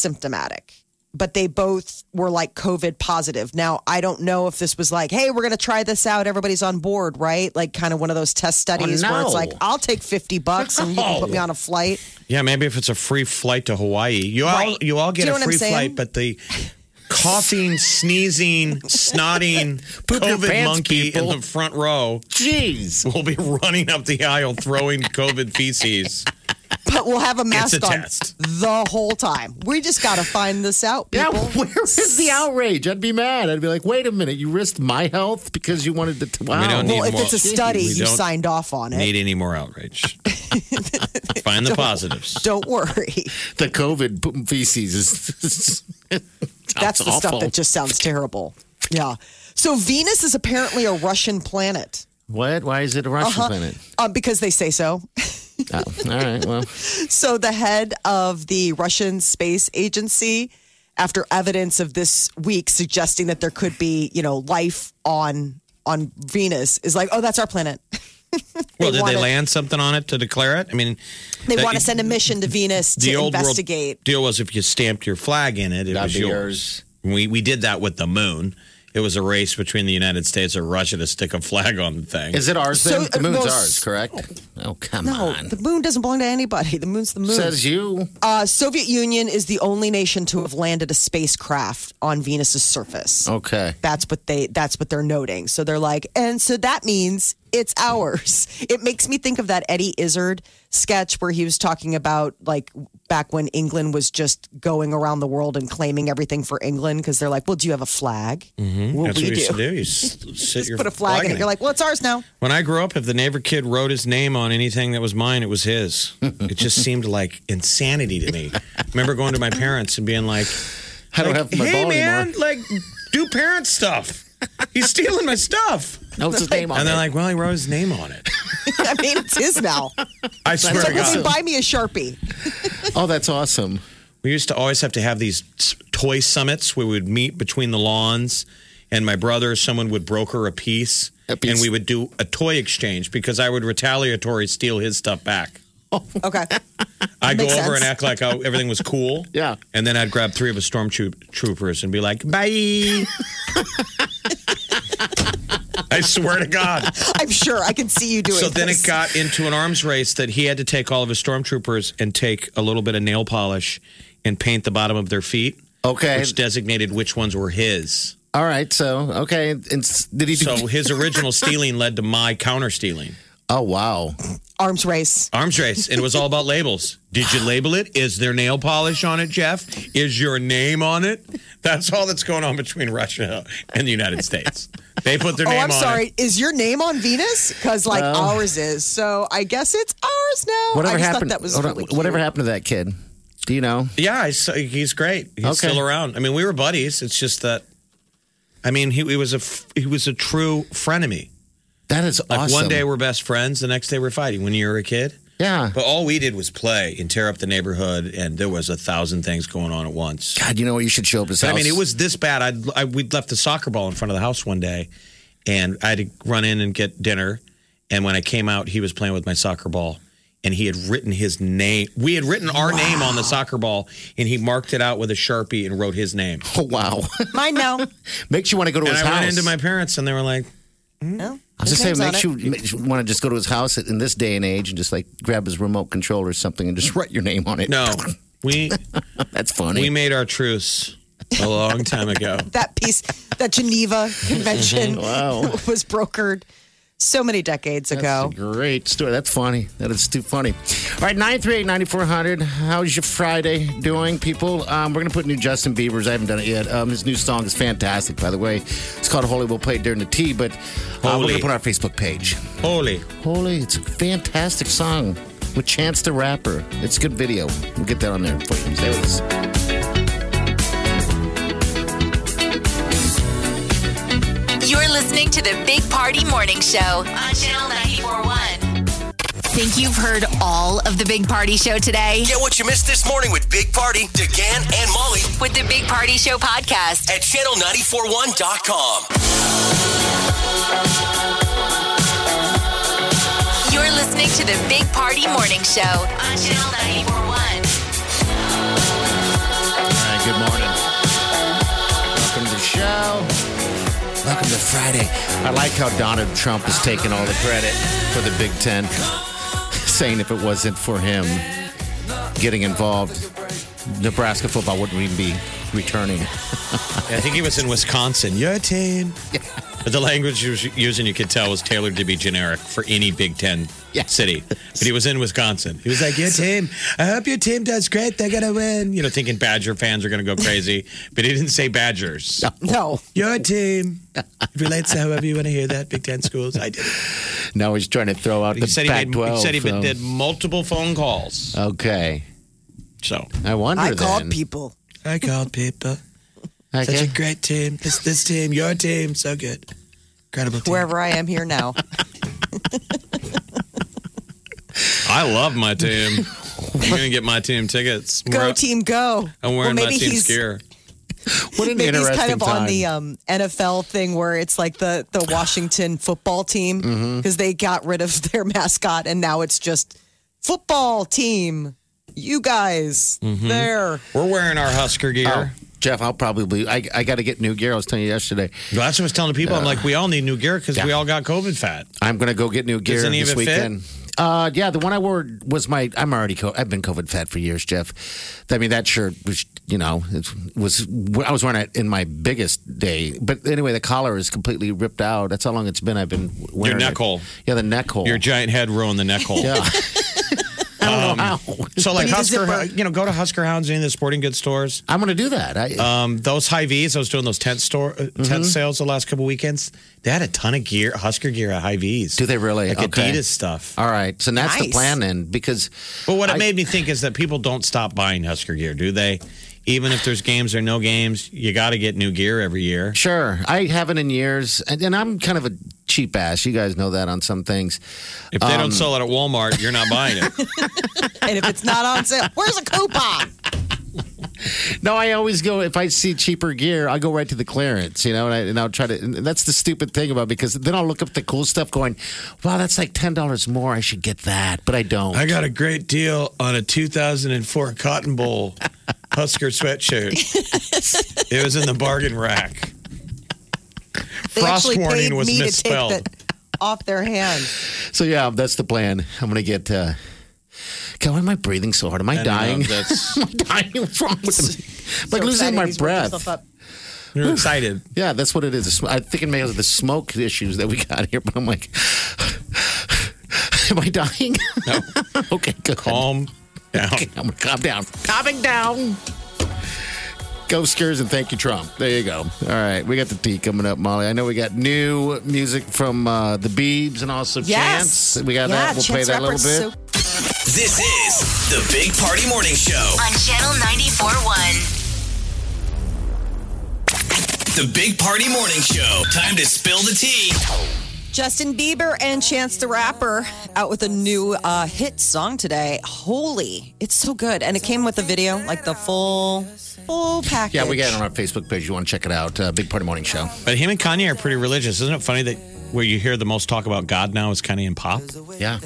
Speaker 5: pre-symptomatic, but they both were like COVID positive. Now I don't know if this was like, hey, we're gonna try this out. Everybody's on board, right? Like kind of one of those test
Speaker 4: Oh,
Speaker 5: studies where it's
Speaker 3: no.
Speaker 5: like, I'll take fifty bucks and you can put me on a flight.
Speaker 4: Yeah, maybe if it's a free flight to Hawaii, you all
Speaker 5: Right.
Speaker 4: you all
Speaker 5: Do
Speaker 4: get
Speaker 5: you know
Speaker 4: a
Speaker 5: what I'm
Speaker 4: free
Speaker 5: saying?
Speaker 4: flight, but the coughing, sneezing, snotting
Speaker 3: Poop your
Speaker 4: COVID
Speaker 3: pants,
Speaker 4: monkey
Speaker 3: people.
Speaker 4: in the front row
Speaker 3: Jeez.
Speaker 4: will be running up the aisle throwing COVID feces.
Speaker 5: But we'll have a mask
Speaker 4: a
Speaker 5: on
Speaker 4: test.
Speaker 5: the whole time. We just gotta find this out,
Speaker 3: Yeah,
Speaker 5: people.
Speaker 3: where is the outrage? I'd be mad. I'd be like, "Wait a minute! You risked my health because you wanted to." T- wow.
Speaker 4: don't need
Speaker 5: well, if
Speaker 4: more-
Speaker 5: it's a study,
Speaker 4: We
Speaker 5: you
Speaker 4: don't
Speaker 5: signed off on it.
Speaker 4: Need any more outrage? Find the positives.
Speaker 5: Don't worry.
Speaker 3: the COVID poop feces is.
Speaker 5: That's the
Speaker 3: awful.
Speaker 5: stuff that just sounds terrible. Yeah. So Venus is apparently a Russian planet.
Speaker 3: What? Why is it a
Speaker 4: Uh-huh.
Speaker 3: Russian planet?
Speaker 5: Uh, because they say so.
Speaker 3: Oh, all right. Well,
Speaker 5: so the head of the Russian space agency, after evidence of this week suggesting that there could be, you know, life on on Venus, is like, oh, that's our planet.
Speaker 4: Well, did
Speaker 5: want
Speaker 4: they
Speaker 5: it.
Speaker 4: land something on it to declare it? I mean,
Speaker 5: They
Speaker 4: that
Speaker 5: want to
Speaker 4: you-
Speaker 5: send a mission to Venus
Speaker 4: the
Speaker 5: to
Speaker 4: old
Speaker 5: investigate.
Speaker 4: world deal was if you stamped your flag in it, it
Speaker 3: That'd
Speaker 4: was
Speaker 3: be
Speaker 4: yours. We we did that with the moon. It was a race between the United States and Russia to stick a flag on the thing.
Speaker 3: is it ours?
Speaker 5: So,
Speaker 3: Then? the moon's
Speaker 5: uh, well,
Speaker 3: ours, correct? Oh, come
Speaker 5: No,
Speaker 3: on.
Speaker 5: the moon doesn't belong to anybody. The moon's the moon.
Speaker 3: Says you.
Speaker 5: uh, Soviet Union is the only nation to have landed a spacecraft on Venus's surface.
Speaker 3: Okay.
Speaker 5: That's what they that's what they're noting. So they're like, and so that means it's ours. It makes me think of that Eddie Izzard sketch where he was talking about like back when England was just going around the world and claiming everything for England because they're like, well, do you have a flag? Mm-hmm. Well,
Speaker 4: That's what
Speaker 5: we
Speaker 4: you
Speaker 5: do.
Speaker 4: used to do. You s- sit
Speaker 5: Just
Speaker 4: your
Speaker 5: put a flag in it.
Speaker 4: it.
Speaker 5: You're like, well, it's ours now.
Speaker 4: when I grew up, if the neighbor kid wrote his name on anything that was mine, it was his. it just seemed like insanity to me. I remember going to my parents and being like,
Speaker 3: I don't
Speaker 4: like,
Speaker 3: have my
Speaker 4: "Hey,
Speaker 3: ball
Speaker 4: man,
Speaker 3: anymore.
Speaker 4: like, do parent stuff. He's stealing my stuff."
Speaker 3: No, it's his name on
Speaker 4: And they're like,
Speaker 3: it.
Speaker 4: "Well, he wrote his name on it."
Speaker 5: I mean, it's his now.
Speaker 4: I swear to
Speaker 5: Like, listen,
Speaker 4: God,
Speaker 5: buy me a sharpie.
Speaker 3: oh, that's awesome.
Speaker 4: we used to always have to have these toy summits where we would meet between the lawns. And my brother, or someone would broker a piece,
Speaker 3: A piece.
Speaker 4: and we would do a toy exchange because I would retaliatory steal his stuff back.
Speaker 5: Okay.
Speaker 4: I'd go
Speaker 5: Makes
Speaker 4: over
Speaker 5: sense.
Speaker 4: and act like I, everything was cool.
Speaker 3: Yeah.
Speaker 4: And then I'd grab three of his stormtroopers and be like, bye. I swear to God.
Speaker 5: I'm sure I can see you doing
Speaker 4: So then it
Speaker 5: this.
Speaker 4: got into an arms race that he had to take all of his stormtroopers and take a little bit of nail polish and paint the bottom of their feet,
Speaker 3: Okay.
Speaker 4: which designated which ones were his.
Speaker 3: All right. So okay. And s- did he? Do,
Speaker 4: So his original stealing led to my counter stealing.
Speaker 3: oh wow.
Speaker 5: arms race.
Speaker 4: Arms race, and it was all about labels. Did you label it? Is there nail polish on it, Jeff? Is your name on it? That's all that's going on between Russia and the United States. They put their
Speaker 5: Oh,
Speaker 4: name
Speaker 5: I'm
Speaker 4: on
Speaker 5: sorry.
Speaker 4: it.
Speaker 5: Is your name on Venus? Because like ours is. So I guess it's ours now.
Speaker 3: Whatever
Speaker 5: I just
Speaker 3: happened?
Speaker 5: thought that was
Speaker 3: hold on,
Speaker 5: really cute.
Speaker 3: whatever happened to that kid? Do you know?
Speaker 4: Yeah, he's, he's great. He's
Speaker 3: Okay.
Speaker 4: still around. I mean, we were buddies. It's just that, I mean, he, he was a f- he was a true frenemy.
Speaker 3: That is
Speaker 4: Like
Speaker 3: awesome.
Speaker 4: one day we're best friends, the next day we're fighting. When you were a kid,
Speaker 3: yeah.
Speaker 4: but all we did was play and tear up the neighborhood, and there was a thousand things going on at once.
Speaker 3: God, you know what? You should show up his
Speaker 4: But
Speaker 3: house.
Speaker 4: I mean, it was this bad. I'd, I we'd left the soccer ball in front of the house one day, and I had to run in and get dinner. And when I came out, he was playing with my soccer ball, and he had written his name. We had written our name on the soccer ball, and he marked it out with a sharpie and wrote his name.
Speaker 3: Oh, wow.
Speaker 5: Mine now.
Speaker 3: makes you want to go to
Speaker 4: And
Speaker 3: his
Speaker 4: I
Speaker 3: house.
Speaker 4: went into my parents, and they were like,
Speaker 5: No.
Speaker 3: I was just saying,
Speaker 5: His name's
Speaker 3: makes you,
Speaker 5: on
Speaker 3: makes you want to just go to his house in this day and age and just like grab his remote control or something and just write your name on it.
Speaker 4: "No, we
Speaker 3: that's
Speaker 4: we
Speaker 3: funny.
Speaker 4: made our truce a long time ago."
Speaker 5: it. that piece, that Geneva Convention
Speaker 3: Wow.
Speaker 5: was brokered so many decades ago.
Speaker 3: That's a great story. That's funny. That is too funny. All right, 938 9400. How's your Friday doing, people? Um, we're going to put new Justin Bieber's. I haven't done it yet. Um, his new song is fantastic, by the way. It's called Holy. We'll play it during the tea, but uh, we're going
Speaker 4: Holy.
Speaker 3: to put it on our Facebook page.
Speaker 4: Holy,
Speaker 3: Holy, it's a fantastic song with Chance the Rapper. It's a good video. We'll get that on there for you. Stay with us.
Speaker 2: You're listening to the Big Party Morning Show on Channel 941. Think you've heard all of the Big Party Show today?
Speaker 8: Get what you missed this morning with Big Party, DeGan, and Molly
Speaker 2: With the Big Party Show podcast,
Speaker 8: at channel941.com.
Speaker 2: you're listening to the Big Party Morning Show on Channel 941.
Speaker 3: All right, good morning. Welcome to the show. Welcome to Friday. I like how Donald Trump is taking all the credit for the Big Ten, saying if it wasn't for him getting involved, Nebraska football wouldn't even be returning.
Speaker 4: I think he was in Wisconsin. Your team. But the language he was using, you could tell, was tailored to be generic for any Big Ten
Speaker 3: Yeah.
Speaker 4: city. But he was in Wisconsin. He was like, Your team, I hope your team does great. They're going to win. You know, thinking Badger fans are going to go crazy. But he didn't say Badgers.
Speaker 5: No.
Speaker 4: Your team. It relates to however you want to hear that, Big Ten schools. I did.
Speaker 3: Now he's trying to throw out
Speaker 4: He
Speaker 3: the
Speaker 4: said he, made,
Speaker 3: Pac-12.
Speaker 4: he said he
Speaker 3: um,
Speaker 4: did multiple phone calls.
Speaker 3: Okay,
Speaker 4: So
Speaker 3: I wonder.
Speaker 5: I
Speaker 3: then.
Speaker 5: called people.
Speaker 4: I called people.
Speaker 3: Okay.
Speaker 4: great team. This, this team, your team, so good. Incredible team.
Speaker 5: Wherever I am here now.
Speaker 4: I love my team. I'm gonna get my team tickets. I'm
Speaker 5: Go
Speaker 4: wearing-
Speaker 5: team, go.
Speaker 4: I'm wearing
Speaker 5: well,
Speaker 4: my
Speaker 5: maybe
Speaker 4: team's
Speaker 5: he's
Speaker 4: gear.
Speaker 3: What an
Speaker 5: maybe he's
Speaker 3: interesting
Speaker 5: kind of
Speaker 3: time.
Speaker 5: on the um, NFL thing where it's like the the Washington football team because
Speaker 3: Mm-hmm.
Speaker 5: they got rid of their mascot and now it's just football team. You guys
Speaker 3: Mm-hmm.
Speaker 5: there?
Speaker 4: We're wearing our Husker gear.
Speaker 5: Oh.
Speaker 3: Jeff, I'll probably. I, I got to get new gear. I was telling you yesterday.
Speaker 4: That's what I was telling people.
Speaker 5: Uh.
Speaker 4: I'm like, we all need new gear because we all got COVID fat.
Speaker 3: I'm gonna go get new gear
Speaker 4: Does any of
Speaker 3: this
Speaker 4: it fit?
Speaker 3: weekend. Uh, yeah, the one I wore was my. I'm already. Co- I've been COVID fat for years, Jeff. I mean, that shirt was, you know, it was. I was wearing it in my biggest day. But anyway, the collar is completely ripped out. That's how long it's been. I've been wearing
Speaker 4: neck
Speaker 3: it.
Speaker 4: hole.
Speaker 3: Yeah, the neck hole.
Speaker 4: Your giant head ruined the neck hole.
Speaker 3: yeah.
Speaker 4: Um,
Speaker 3: I don't know how.
Speaker 4: So like
Speaker 5: Need a
Speaker 4: Husker,
Speaker 5: zipper.
Speaker 4: you know, go to Husker Hounds, any of the sporting goods stores.
Speaker 3: I'm gonna do that. I,
Speaker 4: Um, those high V's, I was doing those tent store uh, tent sales the last couple weekends. They had a ton of gear, Husker gear at high V's.
Speaker 3: do they really?
Speaker 4: like
Speaker 3: okay.
Speaker 4: Adidas stuff?
Speaker 3: All right. So that's the
Speaker 5: Nice.
Speaker 3: plan then, because
Speaker 4: But what it
Speaker 3: I-
Speaker 4: made me think is that people don't stop buying Husker gear, do they? Even if there's games or no games, you got to get new gear every year.
Speaker 3: Sure, I haven't in years, and, and I'm kind of a cheap ass. You guys know that on some things.
Speaker 4: If they don't sell it at Walmart, you're not buying it.
Speaker 5: And if it's not on sale, where's a coupon?
Speaker 3: No, I always go if I see cheaper gear, I go right to the clearance, you know, and, I, and I'll try to. And that's the stupid thing about because then I'll look up the cool stuff, going, "Wow, that's like ten dollars more. I should get that," but I don't.
Speaker 4: I got a great deal on a 2004 Cotton Bowl Husker sweatshirt. it was in the bargain rack.
Speaker 5: They
Speaker 4: Frost
Speaker 5: actually
Speaker 4: warning
Speaker 5: paid
Speaker 4: was
Speaker 5: me
Speaker 4: misspelled.
Speaker 5: to take that off their hand.
Speaker 3: so yeah, that's the plan. I'm gonna get. Uh, God, why am I breathing so hard? Am I
Speaker 4: And, uh,
Speaker 3: dying?
Speaker 4: that's
Speaker 3: am I dying? What's wrong with me? I'm like
Speaker 5: So
Speaker 3: losing
Speaker 5: excited
Speaker 3: my
Speaker 5: he's worked
Speaker 3: breath.
Speaker 5: himself up.
Speaker 4: you're excited.
Speaker 3: Yeah, that's what it is. The sm- I think it may have the smoke issues that we got here, but I'm like, am I dying? No. okay, good.
Speaker 4: Calm down.
Speaker 3: Okay, I'm gonna calm down. Calming down. Go Skurs and thank you, Trump. There you go. All right, we got the tea coming up, Molly. I know we got new music from uh, the Beebs and also
Speaker 5: Yes.
Speaker 3: Chance. We got
Speaker 5: yeah,
Speaker 3: that. We'll play
Speaker 5: Chance
Speaker 3: that a little
Speaker 5: Rapper's
Speaker 3: bit.
Speaker 5: so
Speaker 8: This is the Big Party Morning Show.
Speaker 2: on Channel 94.1.
Speaker 8: The Big Party Morning Show. Time to spill the tea.
Speaker 5: Justin Bieber and Chance the Rapper out with a new uh, hit song today. Holy, it's so good, and it came with a video, like the full full package.
Speaker 3: Yeah, we got it on our Facebook page. You want to check it out? Uh, Big Party Morning Show.
Speaker 4: But him and Kanye are pretty religious. Isn't it funny that where you hear the most talk about God now is Kanye and pop?
Speaker 3: Yeah,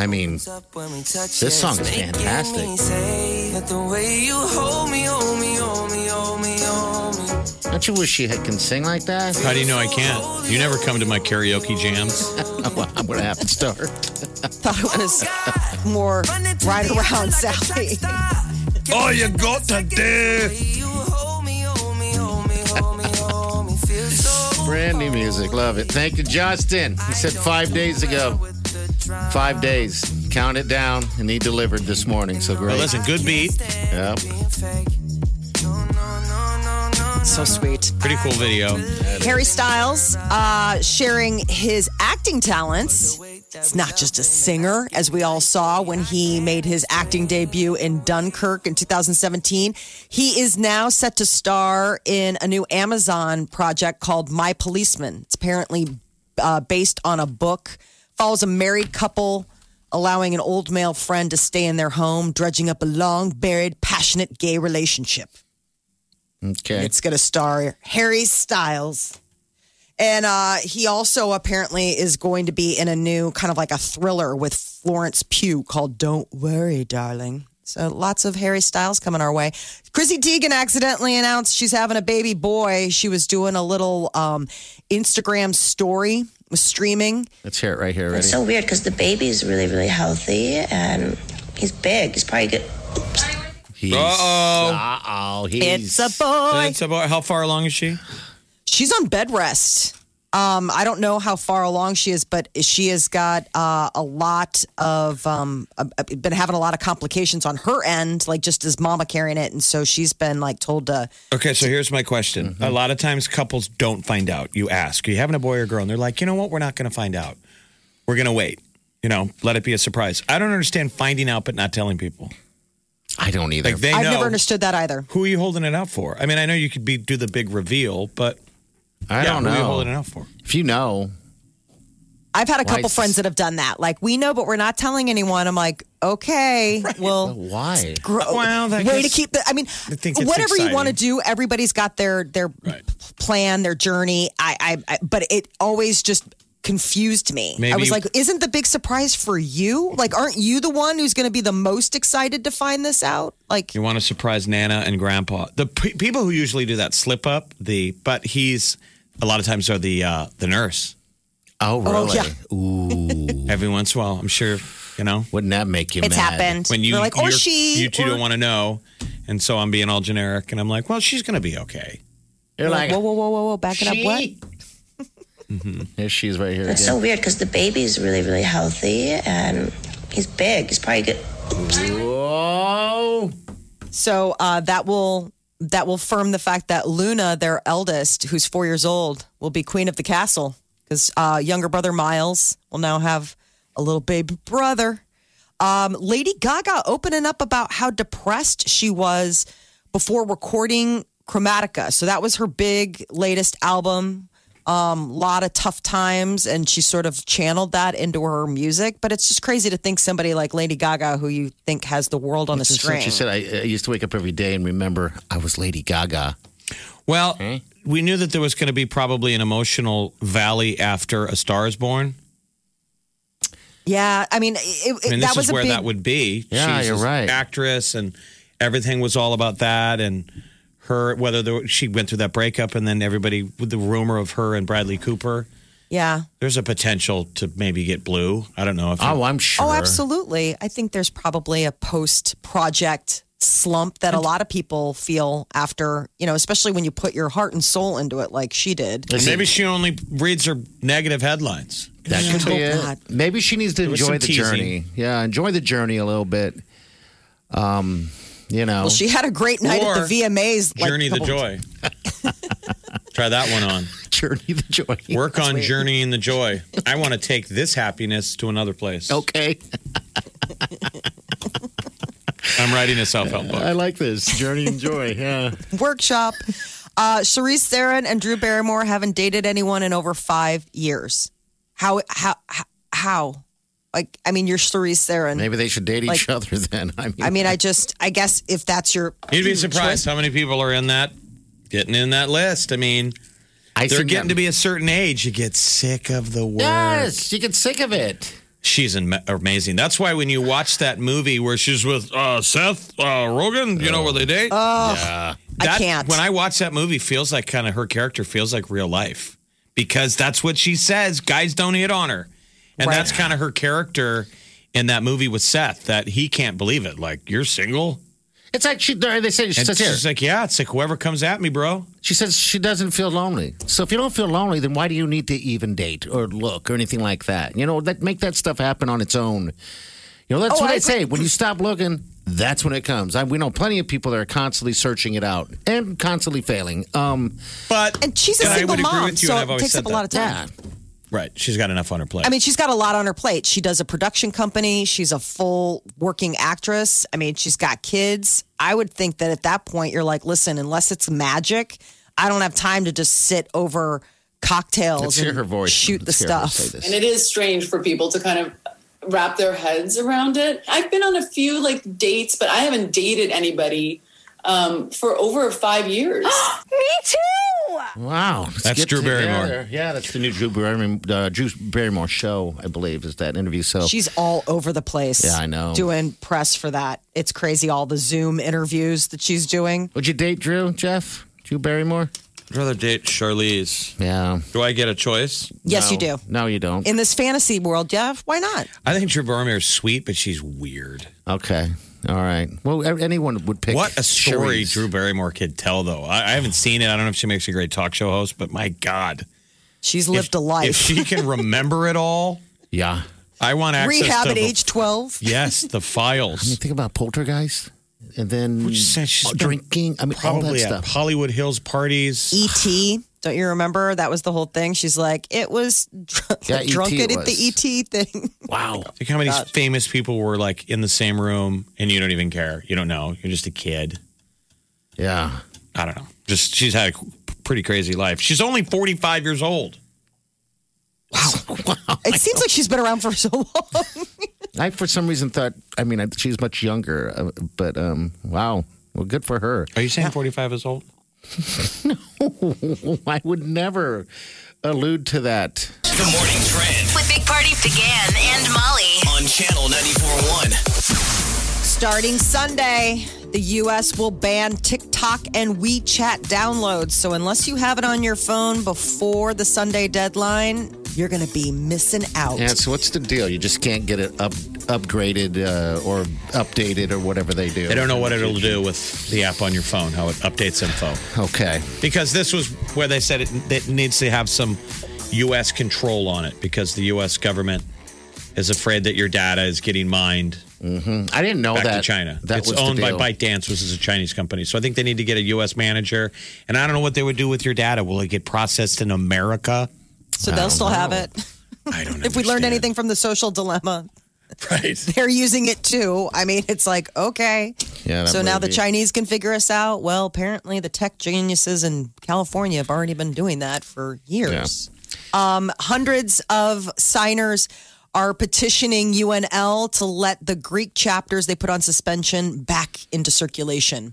Speaker 3: I mean,
Speaker 6: this
Speaker 3: song is fantastic.
Speaker 6: The way you hold me, hold me, hold me, hold me, hold me.
Speaker 3: don't you wish she had, can sing like that?
Speaker 4: How do you know I can't? You never come to my karaoke jams.
Speaker 3: I'm gonna have to start.
Speaker 5: thought it was more right around Sally.
Speaker 4: All you got to do.
Speaker 6: You hold me, hold me, hold me, hold me, hold me. Feel so
Speaker 3: Brand new music. Love it. Thank you, Justin. He said five days ago. Five days. Count it down, and he delivered this morning. So
Speaker 4: But
Speaker 3: great.
Speaker 4: listen, good beat.
Speaker 3: Yep.
Speaker 5: So sweet.
Speaker 4: Pretty cool video.
Speaker 5: Harry Styles uh, sharing his acting talents. It's not just a singer, as we all saw when he made his acting debut in Dunkirk in 2017. He is now set to star in a new Amazon project called My Policeman. It's apparently uh, based on a book, follows a married couple allowing an old male friend to stay in their home, dredging up a long buried, passionate gay relationship.
Speaker 3: Okay.
Speaker 5: It's going to star Harry Styles. And uh, he also apparently is going to be in a new kind of like a thriller with Florence Pugh called Don't Worry, Darling. So lots of Harry Styles coming our way. Chrissy Teigen accidentally announced she's having a baby boy. She was doing a little um, Instagram story, was streaming.
Speaker 3: Let's hear it right here. Ready?
Speaker 9: It's so weird because the baby's really, really healthy and he's big. He's probably good. Oops.
Speaker 3: He's,
Speaker 4: Uh-oh.
Speaker 3: Uh-oh. He's,
Speaker 5: It's a boy.
Speaker 4: That's about how far along is she?
Speaker 5: She's on bed rest. Um, I don't know how far along she is, but she has got uh, a lot of um, uh, been having a lot of complications on her end, like just as mama carrying it, and so she's been like told to.
Speaker 4: Okay, so here's my question. A lot of times couples don't find out. You ask, Are you having a boy or girl? And they're like, you know what? We're not going to find out. We're going to wait. You know, let it be a surprise. I don't understand finding out but not telling people.
Speaker 3: I don't either.
Speaker 4: Like they
Speaker 5: I've
Speaker 4: know.
Speaker 5: never understood that either.
Speaker 4: Who are you holding it out for? I mean, I know you could be do the big reveal, but
Speaker 3: I
Speaker 4: yeah,
Speaker 3: don't
Speaker 4: Who are you
Speaker 3: know.
Speaker 4: holding it out for?
Speaker 3: If you know,
Speaker 5: I've had a couple
Speaker 3: Why?
Speaker 5: friends that have done that. Like we know, but we're not telling anyone. I'm like, okay, well,
Speaker 3: why?
Speaker 5: grow.
Speaker 4: Well, that
Speaker 5: way to
Speaker 4: gets-
Speaker 5: keep the. I mean,
Speaker 4: I think it's
Speaker 5: whatever you
Speaker 4: exciting.
Speaker 5: want to do, everybody's got their their
Speaker 4: Right.
Speaker 5: p- plan, their journey. I, I, I, but it always just confused me. I
Speaker 4: Maybe
Speaker 5: was
Speaker 4: you-
Speaker 5: like, isn't the big surprise for you? Like, aren't you the one who's going to be the most excited to find this out? Like,
Speaker 4: You want to surprise Nana and Grandpa. The pe- people who usually do that slip up. The but he's a lot of times are the uh, the nurse.
Speaker 3: Oh, really?
Speaker 5: yeah.
Speaker 3: Ooh.
Speaker 4: Every once in a while, I'm sure you know
Speaker 3: Wouldn't that make you
Speaker 5: it's
Speaker 3: mad?
Speaker 5: happened.
Speaker 4: when you
Speaker 5: They're like, or
Speaker 4: you're-
Speaker 5: she,
Speaker 4: you two
Speaker 5: or-
Speaker 4: don't want to know, and so I'm being all generic, and I'm like, well, she's gonna be okay.
Speaker 3: You're like,
Speaker 5: whoa, whoa, whoa, whoa, whoa, back it up. What?
Speaker 3: Here she is right here again.
Speaker 9: It's so weird because the baby's really, really healthy and he's big. He's probably good.
Speaker 3: Whoa.
Speaker 5: So uh, that will that will firm the fact that Luna, their eldest, who's four years old, will be queen of the castle because uh, younger brother Miles will now have a little baby brother. Um, Lady Gaga opening up about how depressed she was before recording Chromatica. So that was her big latest album um, lot of tough times, and she sort of channeled that into her music. But it's just crazy to think somebody like Lady Gaga, who you think has the world on a
Speaker 3: Just like
Speaker 5: string.
Speaker 3: She said, I, I used to wake up every day and remember I was Lady Gaga.
Speaker 4: Well, we knew that there was going to be probably an emotional valley after A Star is Born.
Speaker 5: yeah, I mean, it,
Speaker 4: I
Speaker 5: it,
Speaker 4: mean,
Speaker 5: that
Speaker 4: this
Speaker 5: was
Speaker 4: is
Speaker 5: a
Speaker 4: where
Speaker 5: big
Speaker 4: that would be.
Speaker 3: Yeah,
Speaker 4: She's
Speaker 3: you're
Speaker 4: this
Speaker 3: right.
Speaker 4: Actress and everything was all about that and her whether there, she went through that breakup and then everybody with the rumor of her and Bradley Cooper.
Speaker 5: yeah.
Speaker 4: There's a potential to maybe get blue. I don't know if
Speaker 3: Oh, I'm sure.
Speaker 5: Oh, absolutely. I think there's probably a post project slump that a lot of people feel after, you know, especially when you put your heart and soul into it like she did.
Speaker 3: Is
Speaker 4: maybe
Speaker 3: it-
Speaker 4: she only reads her negative headlines.
Speaker 3: that could be
Speaker 5: Oh,
Speaker 3: it.
Speaker 5: God.
Speaker 3: Maybe she needs to
Speaker 4: was
Speaker 3: enjoy
Speaker 4: some
Speaker 3: the
Speaker 4: teasing.
Speaker 3: journey. Yeah, enjoy the journey a little bit. Um, you know,
Speaker 5: Well, she had a great night
Speaker 4: Or
Speaker 5: at the VMAs. like,
Speaker 4: Journey the
Speaker 5: couple-
Speaker 4: joy. Try that one on.
Speaker 3: journey the joy.
Speaker 4: Work on journeying the joy. I want to take this happiness to another place.
Speaker 3: Okay,
Speaker 4: I'm writing a self-help book.
Speaker 3: I like this journey and joy. Yeah,
Speaker 5: workshop. Uh, Charisse Theron and Drew Barrymore haven't dated anyone in over five years. How? How? How? how? Like, I mean, you're Charisse Theron.
Speaker 3: maybe they should date each other then. I mean,
Speaker 5: I mean, I just, I guess if that's your,
Speaker 4: You'd be
Speaker 5: your
Speaker 4: surprised
Speaker 5: choice-
Speaker 4: how many people are in that, getting in that list. I mean,
Speaker 3: I
Speaker 4: they're
Speaker 3: think
Speaker 4: getting to
Speaker 3: that-
Speaker 4: be a certain age. You get sick of the word.
Speaker 3: yes. You get sick of it.
Speaker 4: She's am- amazing. That's why when you watch that movie where she's with uh, Seth uh, Rogen, you know where they date.
Speaker 5: I
Speaker 4: That-
Speaker 5: can't.
Speaker 4: When I watch that movie, feels like kind of her character feels like real life because that's what she says. Guys don't hit on her, and
Speaker 5: Right.
Speaker 4: that's kind of her character in that movie with Seth. That he can't believe it. Like you're single.
Speaker 3: It's like she. They say she
Speaker 4: And
Speaker 3: says here.
Speaker 4: she's like, yeah, it's like whoever comes at me, bro.
Speaker 3: She says she doesn't feel lonely. So if you don't feel lonely, then why do you need to even date or look or anything like that? You know, that make that stuff happen on its own. You know, that's
Speaker 5: Oh,
Speaker 3: what I,
Speaker 5: I
Speaker 3: say. When you stop looking, that's when it comes. I, we know plenty of people that are constantly searching it out and constantly failing. Um,
Speaker 4: But
Speaker 5: and she's a
Speaker 4: I
Speaker 5: single
Speaker 4: would agree
Speaker 5: mom,
Speaker 4: with you,
Speaker 5: so
Speaker 4: and I've
Speaker 5: it
Speaker 4: always
Speaker 5: takes
Speaker 4: said
Speaker 5: up a
Speaker 4: that.
Speaker 5: lot of time.
Speaker 3: yeah,
Speaker 4: Right. She's got enough on her plate.
Speaker 5: I mean, she's got a lot on her plate. She does a production company. She's a full working actress. I mean, she's got kids. I would think that at that point, you're like, listen, unless it's magic, I don't have time to just sit over
Speaker 3: let's
Speaker 5: cocktails
Speaker 3: hear
Speaker 5: and
Speaker 3: her voice.
Speaker 5: shoot the
Speaker 3: Let's hear her
Speaker 5: stuff.
Speaker 3: say
Speaker 10: And
Speaker 3: this.
Speaker 10: it is strange for people to kind of wrap their heads around it. I've been on a few like dates, but I haven't dated anybody um, for over five years.
Speaker 3: Wow, let's
Speaker 4: That's
Speaker 3: get
Speaker 4: Drew Barrymore.
Speaker 3: together. Yeah, that's the new Drew Barrymore, uh, Drew Barrymore show, I believe, is that interview. So
Speaker 5: She's all over the place.
Speaker 3: Yeah, I know.
Speaker 5: Doing press for that. It's crazy, all the Zoom interviews that she's doing.
Speaker 3: would you date Drew, Jeff? Drew Barrymore?
Speaker 4: I'd rather date Charlize.
Speaker 3: Yeah.
Speaker 4: Do I get a choice?
Speaker 5: Yes, you do.
Speaker 3: No, you don't.
Speaker 5: In this fantasy world, yeah, why not?
Speaker 4: I think Drew Barrymore is sweet, but she's weird.
Speaker 3: Okay. All right. Well, a- anyone would pick.
Speaker 4: What a story
Speaker 3: Cherise.
Speaker 4: Drew Barrymore could tell, though. I, I haven't seen it. I don't know if she makes a great talk show host, but my God.
Speaker 5: She's lived a
Speaker 4: If
Speaker 5: life.
Speaker 4: she can remember it all,
Speaker 3: Yeah.
Speaker 4: I want access
Speaker 5: Rehab
Speaker 4: to
Speaker 5: at
Speaker 4: the-
Speaker 5: age 12.
Speaker 4: Yes, the files.
Speaker 3: Think about poltergeist, and then
Speaker 4: Which says she's
Speaker 3: oh,
Speaker 4: been
Speaker 3: drinking. I mean, all that
Speaker 4: Probably at
Speaker 3: stuff.
Speaker 4: Hollywood Hills
Speaker 5: E-
Speaker 4: parties.
Speaker 5: ET. Don't you remember? That was the whole thing. She's like, it was dr-
Speaker 3: Yeah, ET
Speaker 5: drunken
Speaker 3: it
Speaker 5: at the
Speaker 3: was.
Speaker 5: ET thing.
Speaker 3: Wow.
Speaker 4: Think how many famous people were like in the same room, and you don't even care. You don't know. You're just a kid.
Speaker 3: Yeah.
Speaker 4: I don't know. Just she's had a pretty crazy life. She's only 45 years old.
Speaker 5: It seems like she's been around for so long.
Speaker 3: I for some reason thought. I mean, I, she's much younger, uh, but um, wow. Well, good for her.
Speaker 4: Are you saying 45 is old?
Speaker 3: I would never allude to that.
Speaker 8: The morning trend
Speaker 2: With Big Party began and Molly.
Speaker 8: on channel 941.
Speaker 5: Starting Sunday, the U.S. will ban TikTok and WeChat downloads. So unless you have it on your phone before the Sunday deadline, you're going to be missing out.
Speaker 3: Yeah. So what's the deal? You just can't get it up upgraded uh, or updated or whatever they do.
Speaker 4: I don't know what it'll do with the app on your phone, how it updates info.
Speaker 3: Okay.
Speaker 4: Because this was where they said it, it needs to have some U.S. control on it because the U.S. government is afraid that your data is getting mined
Speaker 3: I didn't know
Speaker 4: back
Speaker 3: that
Speaker 4: to China.
Speaker 3: That
Speaker 4: it's
Speaker 3: was the
Speaker 4: owned by
Speaker 3: deal.
Speaker 4: ByteDance, which is a Chinese company. So I think they need to get a U.S. manager. And I don't know what they would do with your data. Will it get processed in America?
Speaker 5: so they'll still have it.
Speaker 4: I don't know.
Speaker 5: If we learned anything from the social dilemema,
Speaker 4: Right.
Speaker 5: they're using it too. I mean, it's like, okay.
Speaker 3: Yeah. that
Speaker 5: so now the
Speaker 3: movie.
Speaker 5: Chinese can figure us out. Well, apparently the tech geniuses in California have already been doing that for years. Um, hundreds of signers are petitioning UNL to let the Greek chapters they put on suspension back into circulation.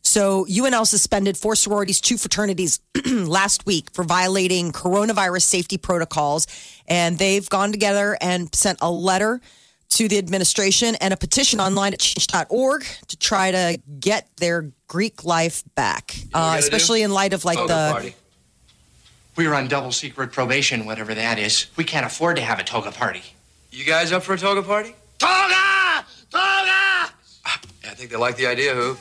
Speaker 5: So UNL suspended four sororities, two fraternities last week for violating coronavirus safety protocols. And they've gone together and sent a letter to the administration and a petition online at change.org to try to get their Greek life back, uh,
Speaker 11: gotta do?
Speaker 5: especially in light of like
Speaker 11: Toga
Speaker 5: the.
Speaker 11: party. We were on double secret probation, whatever that is. We can't afford to have a toga party. You guys up for a toga party? Toga! Toga! I think they like the idea, Hoop.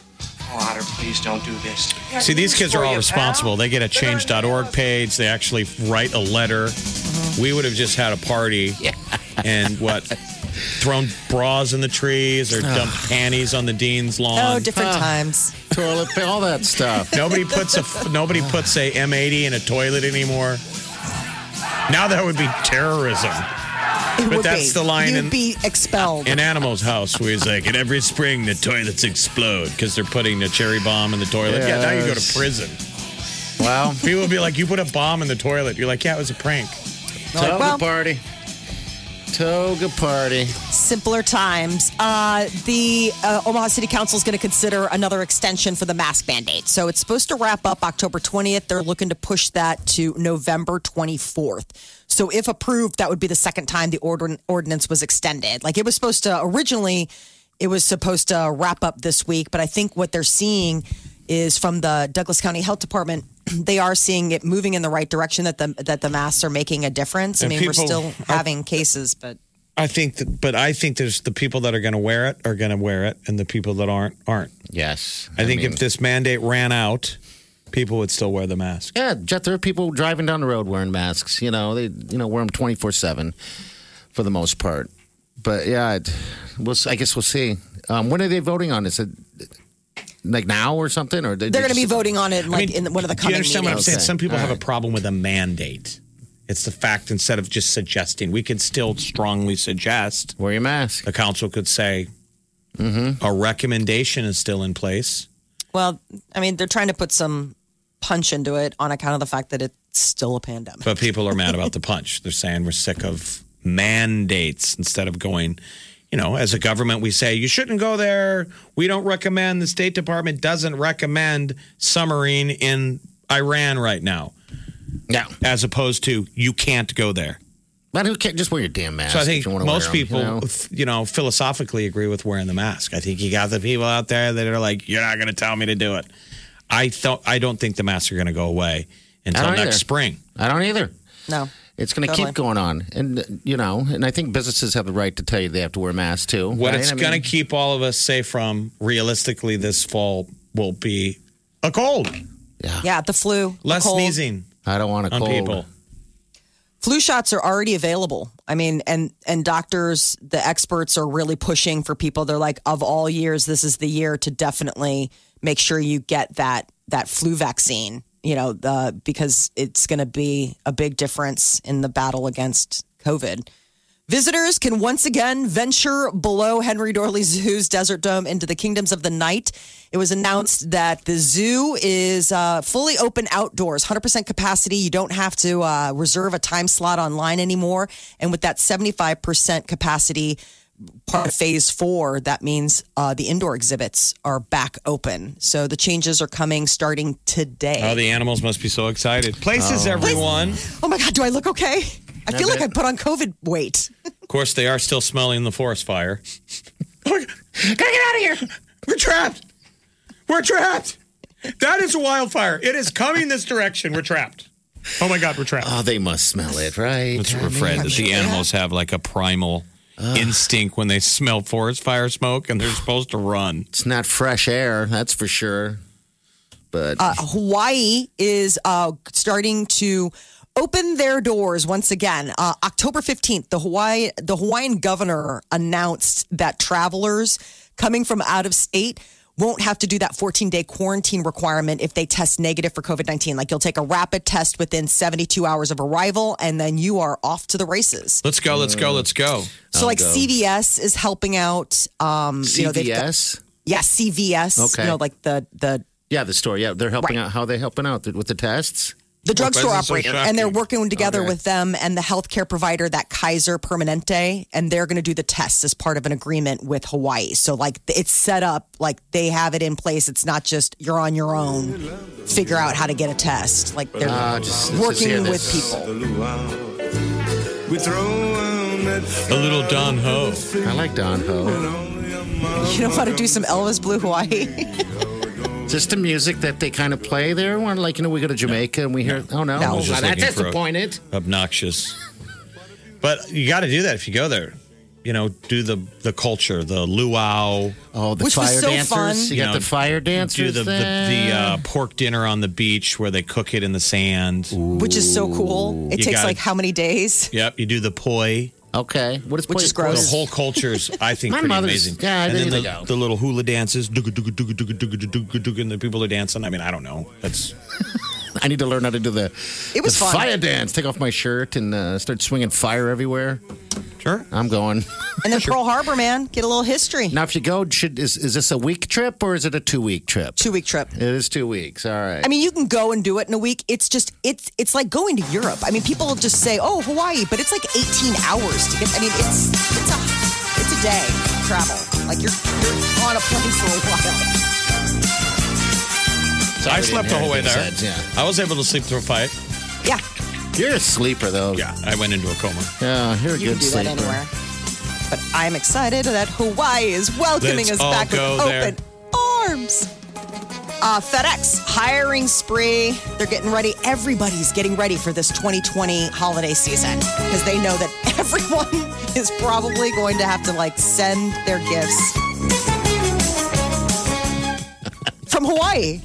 Speaker 11: Oh, Otter, please don't do this.
Speaker 4: See, these kids are all responsible. They get a change.org page. They actually write a letter. We would have just had a party and what? Thrown bras in the trees or dumped panties on the dean's lawn.
Speaker 5: Oh, different times.
Speaker 3: Toilet paper, all that stuff.
Speaker 4: Nobody puts a nobody puts a M80 in a toilet anymore. Now that would be terrorism.
Speaker 5: It
Speaker 4: but
Speaker 5: would
Speaker 4: that's
Speaker 5: be.
Speaker 4: the line
Speaker 5: You'd
Speaker 4: in,
Speaker 5: be expelled.
Speaker 4: in Animal's House where he's like, and every spring the toilets explode because they're putting the cherry bomb in the toilet. Yeah, now you go
Speaker 3: Yes.
Speaker 4: to prison.
Speaker 3: Wow.
Speaker 4: People will be like, you put a bomb in the toilet. You're like, yeah, it was a prank.
Speaker 5: Like,
Speaker 3: Toga
Speaker 5: well-
Speaker 3: party. Toga party.
Speaker 5: simpler times. Uh, the uh, Omaha City Council is going to consider another extension for the mask mandate. So it's supposed to wrap up October 20th. They're looking to push that to November 24th. So if approved, that would be the second time the ord- ordinance was extended. Like it was supposed to originally, it was supposed to wrap up this week, but I think what they're seeing is from the Douglas County Health Department. They are seeing it moving in the right direction that the that the masks are making a difference. I
Speaker 4: And
Speaker 5: mean, we're
Speaker 4: people
Speaker 5: still having cases, but
Speaker 4: I think that, but I think there's the people that are going to wear it are going to wear it, and the people that aren't aren't.
Speaker 3: Yes.
Speaker 4: I, think
Speaker 3: mean,
Speaker 4: if this mandate ran out, people would still wear the mask.
Speaker 3: Yeah, Jeff, there are people driving down the road wearing masks. You know, they you know wear them twenty four seven for the most part. But yeah, it, we'll. s- I guess we'll see. Um, when are they voting on this? Uh, Like now or something? Or
Speaker 5: They're going to be voting on it like in one of the
Speaker 4: you
Speaker 5: coming
Speaker 4: understand what I'm
Speaker 5: meetings.
Speaker 4: saying? Some people
Speaker 3: All
Speaker 4: have a
Speaker 3: right.
Speaker 4: problem with a mandate. It's the fact instead of just suggesting, we could still strongly suggest.
Speaker 3: Wear your mask.
Speaker 4: The council could say a recommendation is still in place.
Speaker 5: Well, I mean, they're trying to put some punch into it on account of the fact that it's still a pandemic.
Speaker 4: But people are mad about the punch. They're saying we're sick of mandates instead of going, you know, as a government, we say you shouldn't go there. We don't recommend. The State Department doesn't recommend submarine in Iran right now,
Speaker 3: Yeah.
Speaker 4: as opposed to you can't go there.
Speaker 3: But who can't just wear your damn mask?
Speaker 4: So I
Speaker 3: if
Speaker 4: think
Speaker 3: you wanna
Speaker 4: most
Speaker 3: wear 'em, you
Speaker 4: people,
Speaker 3: know?
Speaker 4: f- you know, philosophically agree with wearing the mask. I think you got the people out there that are like, you're not going to tell me to do it. I thought I don't think the masks are going to go away until
Speaker 3: don't
Speaker 4: next
Speaker 3: either.
Speaker 4: spring.
Speaker 3: I don't either.
Speaker 5: No.
Speaker 3: It's going to
Speaker 5: Totally.
Speaker 3: keep going on, and you know, and I think businesses have the right to tell you they have to wear masks too.
Speaker 4: What
Speaker 3: right?
Speaker 4: it's
Speaker 3: I mean,
Speaker 4: going to keep all of us safe from, realistically, this fall will be a cold,
Speaker 5: Yeah, the flu,
Speaker 4: less
Speaker 5: the cold.
Speaker 4: sneezing
Speaker 3: I don't want a
Speaker 4: on
Speaker 3: cold.
Speaker 4: people.
Speaker 5: Flu shots are already available. I mean, and and doctors, the experts are really pushing for people. They're like, of all years, this is the year to definitely make sure you get that that flu vaccine. You know, the, because it's going to be a big difference in the battle against COVID. Visitors can once again venture below Henry Dorley Zoo's Desert Dome into the kingdoms of the night. It was announced that the zoo is uh, fully open outdoors, 100% capacity. You don't have to uh, reserve a time slot online anymore. And with that 75% capacity, part of phase four, that means uh, the indoor exhibits are back open. So the changes are coming starting today.
Speaker 4: Oh, the animals must be so excited. Places, everyone.
Speaker 5: oh my God, do I look okay? I feel like I put on COVID weight.
Speaker 4: Of course, they are still smelling the forest fire. Gotta get out of here. We're trapped. We're trapped. That is a wildfire. It is coming this direction. We're trapped. Oh my God, we're trapped.
Speaker 3: Oh, they must smell it, right?
Speaker 4: It's we're afraid that the animals have like a primal instinct when they smell forest fire smoke and they're supposed to run.
Speaker 3: It's not fresh air, that's for sure. But
Speaker 5: uh, Hawaii is uh, starting to open their doors once again. Uh, October 15th, the Hawaii the Hawaiian governor announced that travelers coming from out of state won't have to do that 14 day quarantine requirement if they test negative for COVID 19. Like you'll take a rapid test within 72 hours of arrival and then you are off to the races.
Speaker 4: Let's go, let's go, let's go.
Speaker 5: So, like CVS is helping out. Um, You know, they've got-
Speaker 3: CVS,
Speaker 5: Yeah, CVS.
Speaker 3: Okay.
Speaker 5: You know, like the the
Speaker 3: Yeah, the store. Yeah, they're helping out. How are they helping out with the tests?
Speaker 5: the drugstore
Speaker 3: Why is it so
Speaker 5: operator,
Speaker 3: shocking?
Speaker 5: and they're working together
Speaker 3: Okay.
Speaker 5: with them and the healthcare provider, that Kaiser Permanente, and they're going to do the tests as part of an agreement with Hawaii. So, like, it's set up, like, they have it in place. It's not just you're on your own, figure out how to get a test. Like, they're
Speaker 3: Ah, just- just hear
Speaker 5: working
Speaker 3: this.
Speaker 5: with people.
Speaker 12: We throw
Speaker 4: A little Don Ho.
Speaker 3: I like Don Ho.
Speaker 5: You know how to do some Elvis Blue Hawaii?
Speaker 3: Is this the music that they kind of play there? When, like, you know, we go to Jamaica and we hear, oh no,
Speaker 4: I
Speaker 3: no.
Speaker 4: was just
Speaker 3: that's
Speaker 4: looking for a-
Speaker 3: disappointed.
Speaker 4: Obnoxious. but you got to do that if you go there. You know, do the the culture, the luau.
Speaker 3: Oh, the Which was fire so dancers. fun. You got the fire
Speaker 4: Do
Speaker 3: dancers
Speaker 4: the the, the
Speaker 3: there.
Speaker 4: uh, pork dinner on the beach where they cook it in the sand,
Speaker 5: Which is so cool. It
Speaker 4: You
Speaker 5: takes
Speaker 4: gotta-
Speaker 5: like how many days?
Speaker 4: Yep, you do the poi.
Speaker 3: Okay, what is
Speaker 5: Which is gross.
Speaker 4: The whole culture's, I think,
Speaker 3: My
Speaker 4: pretty
Speaker 3: mother's-
Speaker 4: amazing.
Speaker 3: yeah, I
Speaker 4: and then
Speaker 3: didn't
Speaker 4: the,
Speaker 3: even go.
Speaker 4: the little hula dances, dugga, dugga, dugga, dugga, dugga, dugga, dugga, and the people are dancing. I mean, I don't know. That's
Speaker 3: I need to learn how to do the,
Speaker 5: It was
Speaker 3: the
Speaker 5: fun.
Speaker 3: fire dance. Take off my shirt and uh, start swinging fire everywhere.
Speaker 4: Sure,
Speaker 3: I'm going.
Speaker 5: And then Pearl Harbor, man, get a little history.
Speaker 3: Now, if you go, should is, is this a week trip or is it a two week trip?
Speaker 5: Two week trip.
Speaker 3: It is two weeks. All right.
Speaker 5: I mean, you can go and do it in a week. It's just it's it's like going to Europe. I mean, people just say, "Oh, Hawaii," but it's like 18 hours to get. I mean, it's it's a it's a day travel. Like you're you're on a plane for a while.
Speaker 4: So I slept the whole way there.
Speaker 3: Besides, yeah.
Speaker 4: I was able to sleep through a fight.
Speaker 5: Yeah,
Speaker 3: You're a sleeper though.
Speaker 4: Yeah, I went into a coma.
Speaker 3: Yeah, you're a
Speaker 5: you can
Speaker 3: good
Speaker 5: do that
Speaker 3: sleeper.
Speaker 5: anywhere. But I'm excited that Hawaii is welcoming
Speaker 4: Let's
Speaker 5: us
Speaker 4: all
Speaker 5: back with
Speaker 4: go there.
Speaker 5: open arms. Uh, FedEx hiring spree. They're getting ready. Everybody's getting ready for this 2020 holiday season because they know that everyone is probably going to have to like send their gifts from Hawaii.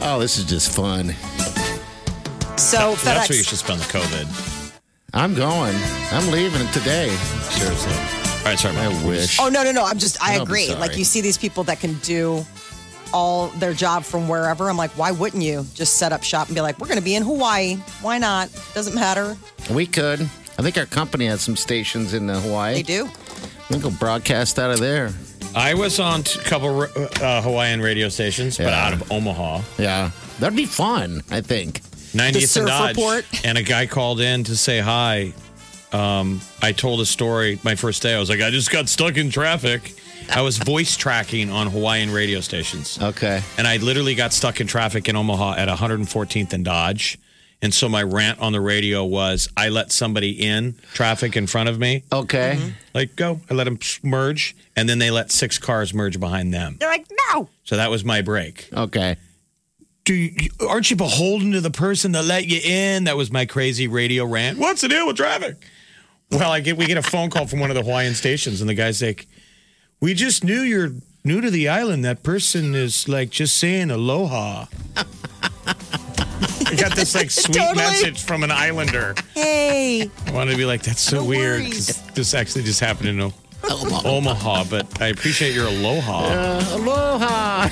Speaker 3: Oh, this is just fun.
Speaker 5: So
Speaker 4: That's where you
Speaker 5: FedEx.
Speaker 4: should spend the COVID.
Speaker 3: I'm going. I'm leaving today.
Speaker 4: Seriously. All right, sorry.
Speaker 3: I wish.
Speaker 5: Oh no no no! I'm just I
Speaker 3: Don't be
Speaker 5: agree.
Speaker 3: sorry.
Speaker 5: Like you see these people that can do all their job from wherever. I'm like, why wouldn't you just set up shop and be like, we're going to be in Hawaii? Why not? Doesn't matter.
Speaker 3: We could. I think our company has some stations in uh, Hawaii.
Speaker 5: They do.
Speaker 3: We can broadcast out of there.
Speaker 4: I was on a couple uh, Hawaiian radio stations, but
Speaker 3: Yeah.
Speaker 4: out of Omaha,
Speaker 3: Yeah, that'd be fun. I think.
Speaker 4: 90th
Speaker 5: surf
Speaker 4: and Dodge,
Speaker 5: report.
Speaker 4: and a guy called in to say hi. Um, I told a story my first day. I was like, I just got stuck in traffic. I was voice tracking on Hawaiian radio stations.
Speaker 3: Okay.
Speaker 4: and I literally got stuck in traffic in Omaha at 114th and Dodge. And so my rant on the radio was I let somebody in traffic in front of me.
Speaker 3: Okay.
Speaker 4: Like, go. I let them merge. And then they let six cars merge behind them.
Speaker 5: They're like, no.
Speaker 4: So that was my break.
Speaker 3: Okay.
Speaker 4: Do you, aren't you beholden to the person that let you in? That was my crazy radio rant. What's the deal with traffic? Well, I get we get a phone call from one of the Hawaiian stations, and the guy's like, "We just knew you're new to the island. That person is like just saying aloha." I got this like sweet
Speaker 5: Totally.
Speaker 4: message from an islander.
Speaker 5: Hey,
Speaker 4: I wanted to be like, "That's so
Speaker 5: No
Speaker 4: weird."
Speaker 5: worries.
Speaker 4: 'cause This actually just happened in O- Omaha, but I appreciate your aloha.
Speaker 3: Uh, aloha.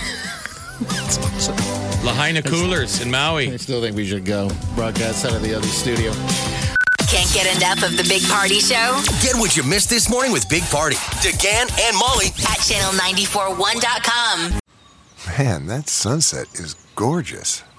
Speaker 4: Lahaina coolers in
Speaker 3: I
Speaker 4: Maui.
Speaker 3: still think we should go broadcast out of the other studio.
Speaker 2: Can't get enough of the Big Party Show
Speaker 8: Get what you missed this morning with Big Party. DeGan and Molly.
Speaker 2: at channel941.com.
Speaker 13: Man, that sunset is gorgeous.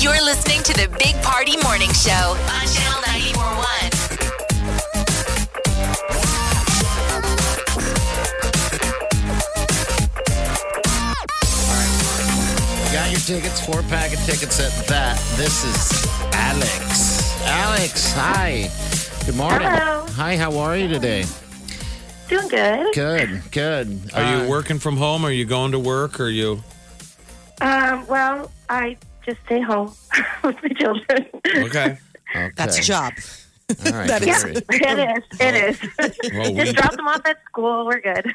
Speaker 2: You're listening to the Big Party Morning Show on Channel 941.
Speaker 3: tickets, four pack of tickets at that. This is Alex. Alex, hi. Good morning.
Speaker 14: Hello.
Speaker 3: Hi, how are you today?
Speaker 14: Doing good.
Speaker 3: Good, good. Uh,
Speaker 4: Are you working from home? Are you going to work? Are you?
Speaker 14: Um, well, I just stay home with my children.
Speaker 4: Okay.
Speaker 5: That's a job.
Speaker 3: All right.
Speaker 5: That
Speaker 14: yeah,
Speaker 5: is-
Speaker 14: it is. It is.
Speaker 3: Well, we-
Speaker 14: just drop them off at school. We're good.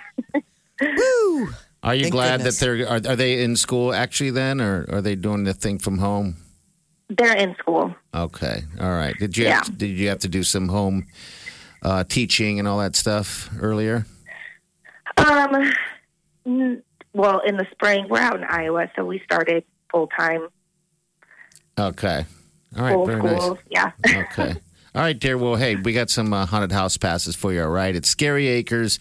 Speaker 5: Woo!
Speaker 3: Are you glad that they're are, are they in school actually then, or are they doing the thing from home?
Speaker 14: They're in school.
Speaker 3: Okay, all right. Did you have
Speaker 14: Yeah.
Speaker 3: to, did you have to do some home uh, teaching and all that stuff earlier?
Speaker 14: Um, n- well, in the spring, we're out in Iowa, so we started full time
Speaker 3: Okay, all right,
Speaker 14: full
Speaker 3: very
Speaker 14: schools. Yeah.
Speaker 3: nice. Okay. All right, dear. Well, hey, we got some uh, haunted house passes for you. All right, it's Scary Acres.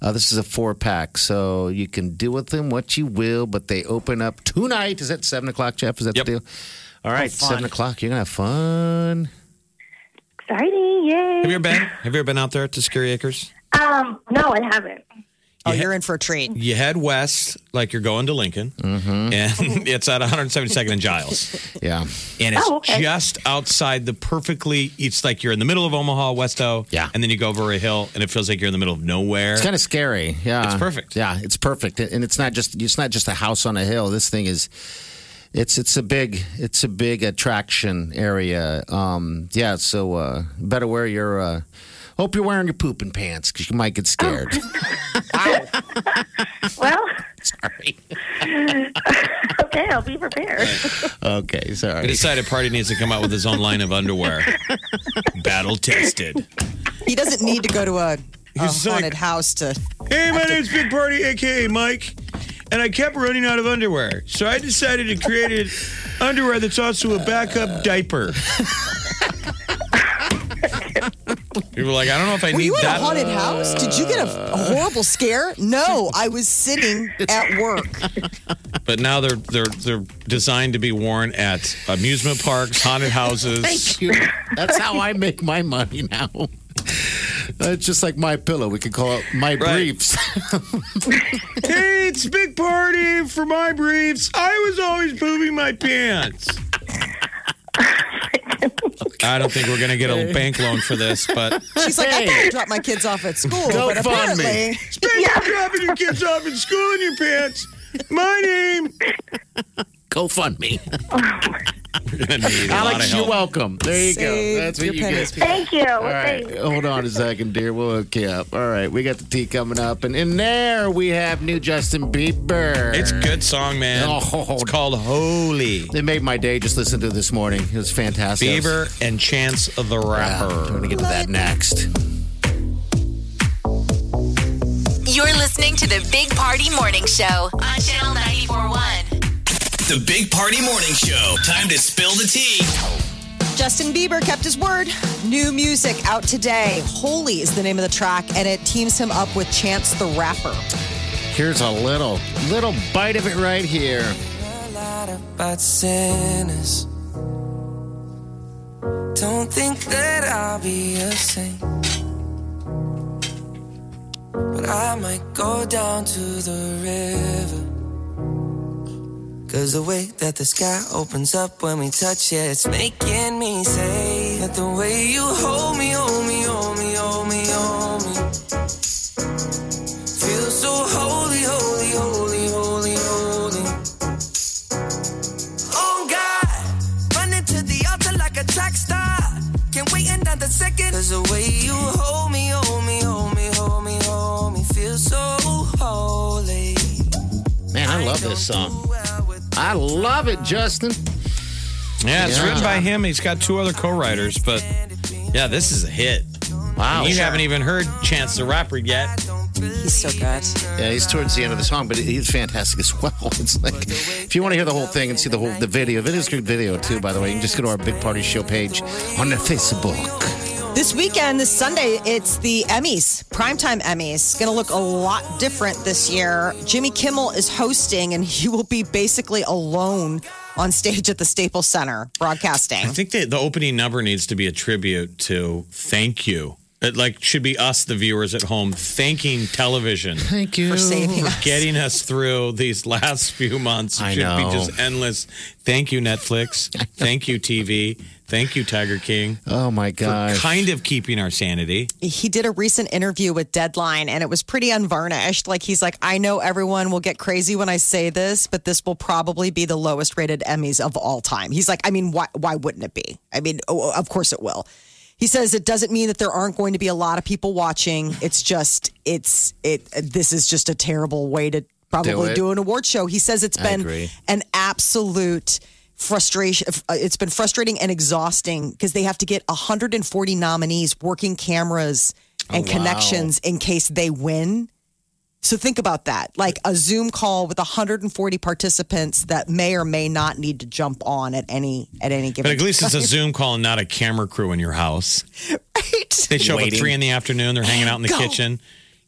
Speaker 3: Uh, this is a four pack, so you can do with them what you will. But they open up tonight. Is that seven o'clock, Jeff? Is that the deal? All right,
Speaker 4: fun.
Speaker 3: seven o'clock. You're gonna have fun.
Speaker 14: Exciting! Yay!
Speaker 4: Have you ever been? Have you ever been out there to Scary Acres?
Speaker 14: Um, no, I haven't.
Speaker 5: Oh, you're in for a treat.
Speaker 4: You head west like you're going to Lincoln, and it's at 172nd and Giles,
Speaker 3: Yeah.
Speaker 4: and it's
Speaker 14: Oh, okay.
Speaker 4: just outside the perfectly. It's like you're in the middle of Omaha, Westo, yeah, and then you go over a hill, and it feels like you're in the middle of nowhere.
Speaker 3: It's kind of scary. Yeah,
Speaker 4: It's perfect.
Speaker 3: Yeah, it's perfect, and it's not just it's not just a house on a hill. This thing is, it's it's a big it's a big attraction area. Um, yeah, so uh, better wear your. Uh, hope you're wearing your pooping pants because you might get scared.
Speaker 5: Oh.
Speaker 14: Well,
Speaker 3: sorry.
Speaker 14: okay, I'll be prepared.
Speaker 3: okay,
Speaker 4: We
Speaker 3: sorry.
Speaker 4: decided Party needs to come out with his own line of underwear. Battle tested.
Speaker 5: He doesn't need to go to a, a
Speaker 4: He's like-
Speaker 5: haunted house to.
Speaker 4: Hey, my name's Big Party, aka Mike, and I kept running out of underwear, so I decided to create an underwear that's also a backup diaper. People are like, I don't know if I
Speaker 5: Were
Speaker 4: need
Speaker 5: you in a
Speaker 4: that.
Speaker 5: haunted house? Did you get a, a horrible scare? No, I was sitting at work.
Speaker 4: But now they're they're they're designed to be worn at amusement parks, haunted houses.
Speaker 3: Thank you. That's how I make my money now. It's just like my pillow. We could call it my briefs.
Speaker 4: hey, it's Big Party for my briefs. I was always pooping my pants. I don't think we're gonna get a bank loan for this, but
Speaker 5: She's like, I gotta drop my kids off at school, but apparently,
Speaker 4: Speaking of dropping your kids off in school in your pants, my name.
Speaker 3: GoFundMe.
Speaker 4: We're gonna need a lot of
Speaker 3: Alex,
Speaker 4: help.
Speaker 3: you're welcome. There you
Speaker 5: Save
Speaker 3: go. That's what
Speaker 5: your
Speaker 3: you
Speaker 5: pennies,
Speaker 3: get.
Speaker 5: people.
Speaker 14: Thank you.
Speaker 3: All right,
Speaker 14: Thanks.
Speaker 3: hold on a second, dear. We'll hook you up. All right, we got the tea coming up, and in there we have new Justin Bieber.
Speaker 4: It's a good song, man.
Speaker 3: Oh.
Speaker 4: It's called Holy.
Speaker 3: It made my day just listening to it this morning. It was fantastic.
Speaker 4: Bieber and Chance of the
Speaker 3: Yeah,
Speaker 4: Rapper.
Speaker 3: we're gonna get to that next.
Speaker 2: You're listening to the Big Party Morning Show on Channel 941.
Speaker 8: The Big Party Morning Show. Time to spill the tea.
Speaker 5: Justin Bieber kept his word. New music out today. Holy is the name of the track, and it teams him up with Chance the Rapper.
Speaker 3: Here's a little, little bite of it right here.
Speaker 6: about sinners. Don't think that I'll be a saint. But I might go down to the river. Cause the way that the sky opens up when we touch it, it's making me say that the way you hold me, hold me, hold me, hold me, hold me. Feels so holy, holy, holy, holy, holy. Oh God, running to the altar like a track star. Can't wait another second. Cause the way you hold me, hold me, hold me, hold me, hold me, feel so holy.
Speaker 3: Man, I love this song. I love it, Justin.
Speaker 4: Yeah, it's
Speaker 3: Yeah.
Speaker 4: written by him. He's got two other co-writers, but yeah, this is a hit.
Speaker 3: Wow.
Speaker 4: You haven't even heard Chance the Rapper yet.
Speaker 5: He's so good.
Speaker 3: Yeah, he's towards the end of the song, but he's fantastic as well. It's like if you want to hear the whole thing and see the whole the video, the video's a good video too. By the way, you can just go to our Big Party Show page on the Facebook.
Speaker 5: This weekend, this Sunday, it's the Emmys, primetime Emmys. Going to look a lot different this year. Jimmy Kimmel is hosting, and he will be basically alone on stage at the Staples Center broadcasting.
Speaker 4: I think that the opening number needs to be a tribute to Thank You It like should be us, the viewers at home, thanking television.
Speaker 3: Thank you
Speaker 5: for saving
Speaker 4: For
Speaker 5: us.
Speaker 4: getting us through these last few months. It
Speaker 3: I
Speaker 4: should
Speaker 3: know.
Speaker 4: be just endless. Thank you, Netflix. Thank you, TV. Thank you, Tiger King.
Speaker 3: Oh my
Speaker 4: god! For kind of keeping our sanity.
Speaker 5: he did a recent interview with Deadline and it was pretty unvarnished. Like he's like, I know everyone will get crazy when I say this, but this will probably be the lowest rated Emmys of all time. He's like, I mean, why why wouldn't it be? I mean, oh, of course it will. He says it doesn't mean that there aren't going to be a lot of people watching. It's just it's it this is just a terrible way to probably
Speaker 3: it.
Speaker 5: do, an award show. He says it's
Speaker 3: I
Speaker 5: been
Speaker 3: agree.
Speaker 5: an absolute frustration uh, it's been frustrating and exhausting because they have to get 140 nominees working cameras and
Speaker 3: Oh, wow.
Speaker 5: connections in case they win so think about that like a zoom call with 140 participants that may or may not need to jump on at any at any given
Speaker 4: But at least it's a
Speaker 5: time.
Speaker 4: Zoom call and not a camera crew in your house.
Speaker 5: Right?
Speaker 4: They show up at
Speaker 3: Waiting.
Speaker 4: three in the afternoon. They're hanging out in the
Speaker 3: Go.
Speaker 4: kitchen.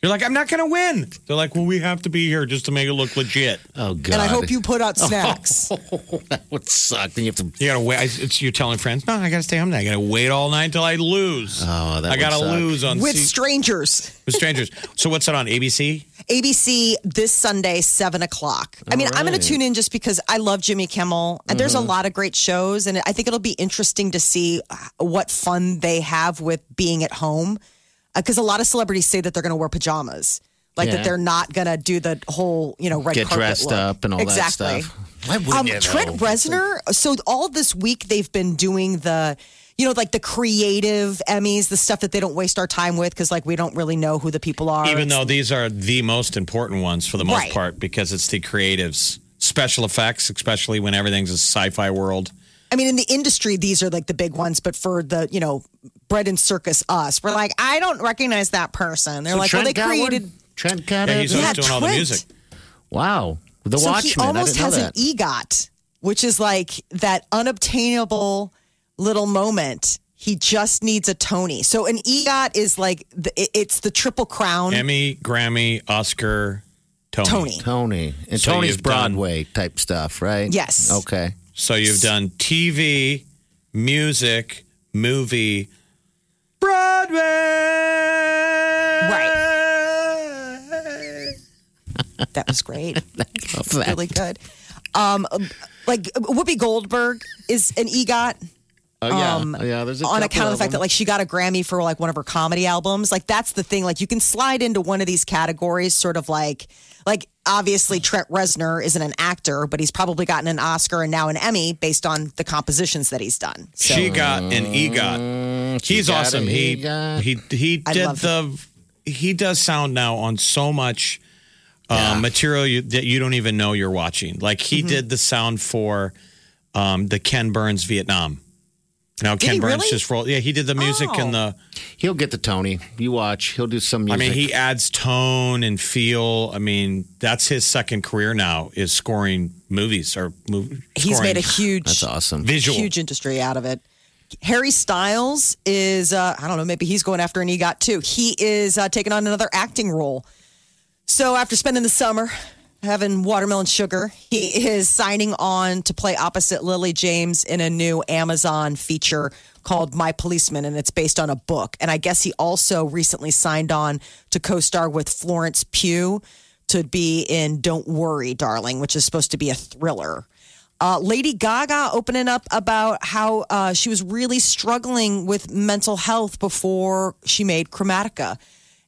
Speaker 4: You're like, I'm not going to win. They're like, well, we have to be here just to make it look legit.
Speaker 3: Oh god! Oh,
Speaker 5: and i hope you put out snacks
Speaker 3: that would suck. Then you have to.
Speaker 4: You gotta wait. I- It's you're telling friends, no, I gotta stay home. Now. I gotta wait all night till I lose.
Speaker 3: Oh, that
Speaker 4: I
Speaker 3: would
Speaker 4: gotta
Speaker 3: suck.
Speaker 4: lose on
Speaker 5: with
Speaker 4: C-
Speaker 5: strangers
Speaker 4: with strangers. So what's that on ABC?
Speaker 5: ABC this Sunday, seven o'clock. I mean, I'm going to
Speaker 4: right.
Speaker 5: tune in just because I love Jimmy Kimmel, and there's a
Speaker 3: Mm-hmm.
Speaker 5: lot of great shows, and I think it'll be interesting to see uh, what fun they have with being at home, because a lot of celebrities say that they're going to wear pajamas, like that
Speaker 3: Yeah.
Speaker 5: they're not going to do the whole you know red
Speaker 3: Get
Speaker 5: carpet
Speaker 3: dressed
Speaker 5: look.
Speaker 3: up and all
Speaker 5: exactly.
Speaker 3: that stuff. Why wouldn't
Speaker 5: Um,
Speaker 3: you?
Speaker 5: Trent
Speaker 3: though?
Speaker 5: Reznor. So all this week they've been doing the, you know, like the creative Emmys, the stuff that they don't waste our time with because like we don't really know who the people are.
Speaker 4: Even
Speaker 5: It's-
Speaker 4: though these are the most important ones for the most
Speaker 5: Oh, Right.
Speaker 4: part, because it's the creatives, special effects, especially when everything's a sci-fi world.
Speaker 5: I mean, in the industry, these are like the big ones, but for the, you know, bread and circus us, we're like, I don't recognize that person. They're
Speaker 3: So
Speaker 5: like,
Speaker 3: Trent
Speaker 5: well, they
Speaker 3: got one?
Speaker 5: created.
Speaker 3: Trent got
Speaker 4: Yeah,
Speaker 3: it.
Speaker 4: he's always doing all the
Speaker 5: Trent.
Speaker 4: music.
Speaker 3: Wow, the
Speaker 5: so
Speaker 3: Watchmen.
Speaker 5: he almost
Speaker 3: I didn't
Speaker 5: has
Speaker 3: know
Speaker 5: an
Speaker 3: that.
Speaker 5: EGOT, which is like that unobtainable little moment. He just needs a Tony. So an EGOT is like, the, it- it's the triple crown.
Speaker 4: Emmy, Grammy, Oscar, Tony.
Speaker 5: Tony.
Speaker 3: Tony and
Speaker 4: So
Speaker 3: Tony's
Speaker 4: you've done-
Speaker 3: Broadway type stuff, right?
Speaker 5: Yes.
Speaker 3: Okay.
Speaker 4: So you've done TV, music, movie, Broadway.
Speaker 5: Right. That was great.
Speaker 3: Love that.
Speaker 5: really good. Um, like Whoopi Goldberg is an EGOT.
Speaker 3: Oh yeah.
Speaker 5: um,
Speaker 3: oh, yeah. There's a
Speaker 5: on
Speaker 3: couple
Speaker 5: account of the fact that
Speaker 3: them.
Speaker 5: like she got a Grammy for like one of her comedy albums. Like that's the thing. Like you can slide into one of these categories, sort of like like obviously Trent Reznor isn't an actor, but he's probably gotten an Oscar and now an Emmy based on the compositions that he's done. So mm,
Speaker 4: She got an EGOT.
Speaker 3: she
Speaker 4: He's
Speaker 3: got
Speaker 4: awesome.
Speaker 3: an
Speaker 4: He,
Speaker 3: EGOT.
Speaker 4: he he
Speaker 5: I
Speaker 4: did
Speaker 5: love
Speaker 4: the he does sound now on so much uh, material you, that you don't even know you're watching. Like he
Speaker 5: Mm-hmm.
Speaker 4: did the sound for um, the Ken Burns Vietnam. Now Ken
Speaker 5: he
Speaker 4: Burns
Speaker 5: really?
Speaker 4: just rolled. Yeah, he did the music and the.
Speaker 3: he'll get the Tony. You watch. He'll do some
Speaker 4: I
Speaker 3: music.
Speaker 4: mean, he adds tone and feel. I mean, that's his second career now is scoring movies or mov-
Speaker 5: he's
Speaker 4: scoring
Speaker 5: made a huge
Speaker 3: That's awesome.
Speaker 4: visual.
Speaker 5: huge industry out of it. Harry Styles is, uh, I don't know, maybe he's going after an EGOT too. He is uh, taking on another acting role. So after spending the summer having watermelon sugar, he is signing on to play opposite Lily James in a new Amazon feature called My Policeman, and it's based on a book. And I guess he also recently signed on to co star with Florence Pugh to be in Don't Worry, Darling, which is supposed to be a thriller. Uh, Lady Gaga opening up about how uh, she was really struggling with mental health before she made Chromatica.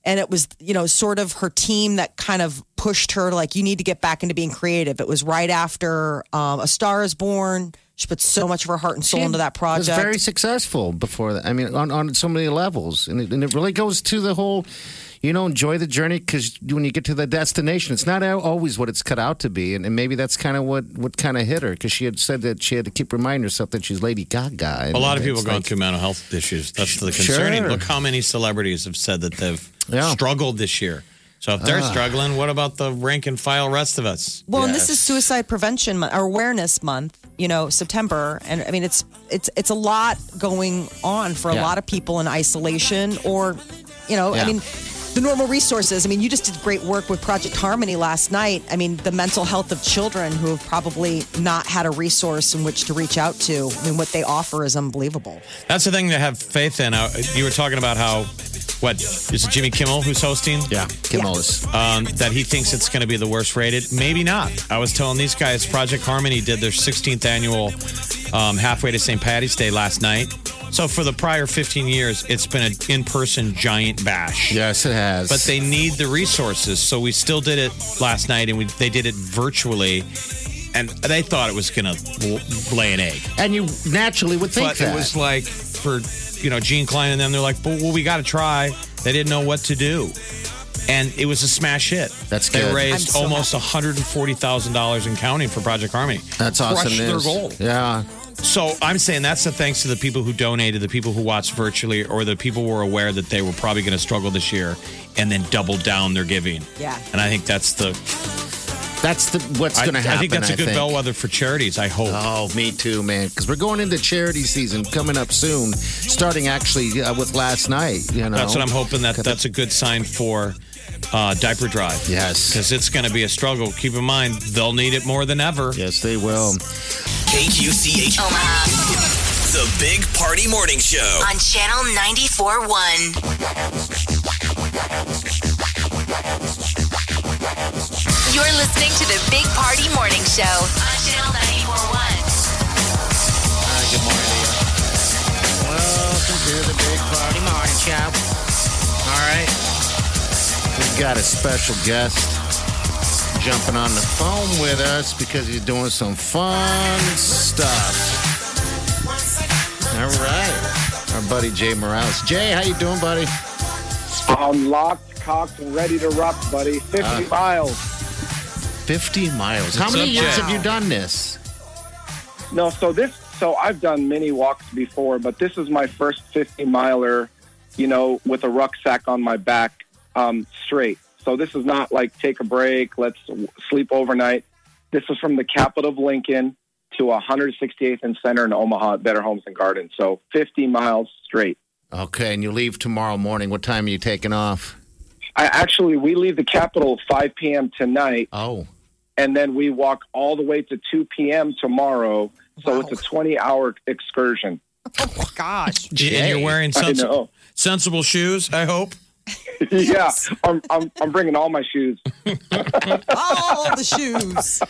Speaker 5: And it was, you know, sort of her team that kind of pushed her, like, you need to get back into being creative. It was right after um, A Star is Born. She put so much of her heart and soul into that
Speaker 3: was
Speaker 5: project.
Speaker 3: very successful before that. I mean, on, on so many levels, and it, and it really goes to the whole, you know, enjoy the journey because when you get to the destination, it's not al- always what it's cut out to be, and, and maybe that's kind of what what kind of hit her because she had said that she had to keep reminding herself that she's Lady Gaga. and
Speaker 4: A lot of people
Speaker 3: it's
Speaker 4: going
Speaker 3: like-
Speaker 4: through mental health issues. That's the concerning.
Speaker 3: Sure.
Speaker 4: Look how many celebrities have said that they've
Speaker 3: Yeah. Ah.
Speaker 4: struggled this year. So if they're struggling, what about the rank and file rest of us?
Speaker 5: Well, and this is suicide prevention month, or awareness month, you know, September, and I mean it's it's it's a lot going on for a
Speaker 3: Yeah.
Speaker 5: lot of people in isolation or you know, I
Speaker 3: Yeah.
Speaker 5: mean the normal resources. I mean, you just did great work with Project Harmony last night. I mean, the mental health of children who have probably not had a resource in which to reach out to. I mean, what they offer is unbelievable.
Speaker 4: That's the thing to have faith in. Uh, You were talking about how, what, is it Jimmy Kimmel who's hosting? Yeah,
Speaker 3: Kimmel is.
Speaker 4: Um, that he thinks it's going to be the worst rated. Maybe not. I was telling these guys, Project Harmony did their 16th annual um, halfway to St. Patty's Day last night. So for the prior 15 years, it's been an in person giant bash.
Speaker 3: Yes, it has.
Speaker 4: But they need the resources. So we still did it last night and we, they did it virtually. And they thought it was going to lay an egg
Speaker 3: And you naturally would think
Speaker 4: but
Speaker 3: that.
Speaker 4: it was like for you know Gene Klein and them, they're like, "Well, well, we got to try." They didn't know what to do, and it was a smash hit.
Speaker 3: That's
Speaker 4: they
Speaker 3: good.
Speaker 4: raised
Speaker 3: I'm so
Speaker 4: almost one hundred and forty thousand dollars in counting for Project Harmony.
Speaker 3: That's awesome
Speaker 4: Crushed their
Speaker 3: news.
Speaker 4: goal.
Speaker 3: Yeah.
Speaker 4: So I'm saying that's the thanks to the people who donated, the people who watched virtually, or the people who were aware that they were probably going to struggle this year, and then doubled down their giving.
Speaker 5: Yeah.
Speaker 4: And I think that's the
Speaker 3: That's the what's
Speaker 4: I-
Speaker 3: going to happen.
Speaker 4: I think that's a good bellwether for charities. I hope.
Speaker 3: Oh, me too, man. Because we're going into charity season coming up soon, starting actually uh, with last night. You know,
Speaker 4: That's what I'm hoping that that's a good sign for uh, diaper drive.
Speaker 3: Yes,
Speaker 4: because it's going to be a struggle. Keep in mind, they'll need it more than ever.
Speaker 3: Yes, they will.
Speaker 8: KQCH The Big Party Morning Show.
Speaker 2: on Channel 94.1. You're listening to the Big Party Morning Show on Channel 94.1.
Speaker 3: Welcome to the Big Party Morning Show. All right. We've got a special guest jumping on the phone with us because he's doing some fun stuff. All right. Our buddy Jay Morales. Jay, how you doing, buddy?
Speaker 15: I'm locked, cocked, and ready to rock, buddy. 50
Speaker 3: Uh,
Speaker 15: miles.
Speaker 3: 50 miles. How
Speaker 15: What's
Speaker 3: many
Speaker 15: up,
Speaker 3: years
Speaker 15: Jay?
Speaker 3: have you done this?
Speaker 15: No, so this, so I've done many walks before, but this is my first 50 miler, you know, with a rucksack on my back, um, straight. So this is not like take a break, let's w- sleep overnight. This is from the capital of Lincoln to 168th and Center in Omaha at Better Homes and Gardens. So 50 miles straight.
Speaker 3: Okay, and you leave tomorrow morning. What time are you taking off?
Speaker 15: I actually we leave the Capitol 5 p.m. tonight.
Speaker 3: Oh,
Speaker 15: and then we walk all the way to 2 p.m. tomorrow. So it's a 20-hour excursion.
Speaker 5: Gosh.
Speaker 4: And you're wearing sens-
Speaker 15: I know.
Speaker 4: sensible shoes. I hope.
Speaker 15: yeah, I'm, I'm I'm bringing all my shoes.
Speaker 5: All the shoes.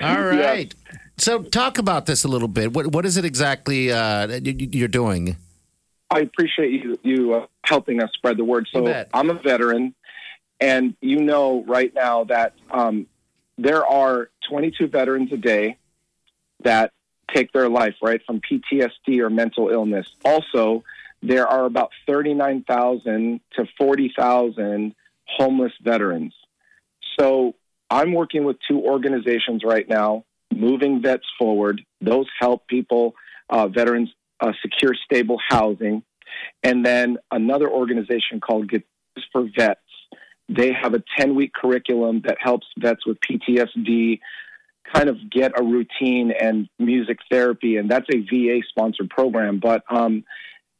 Speaker 3: All right. So talk about this a little bit. What what is it exactly uh, that you- you're doing?
Speaker 15: I appreciate you you uh, helping us spread the word.
Speaker 3: You
Speaker 15: So uh,
Speaker 3: bet.
Speaker 15: I'm a veteran, and you know right now that um, there are 22 veterans a day that take their life right from PTSD or mental illness. Also, there are about 39,000 to 40,000 homeless veterans. So I'm working with two organizations right now, Moving Vets Forward. Those help people, uh, veterans, uh, secure stable housing. And then another organization called Get This for Vets. They have a 10 week curriculum that helps vets with PTSD kind of get a routine and music therapy. And that's a VA sponsored program. But, um,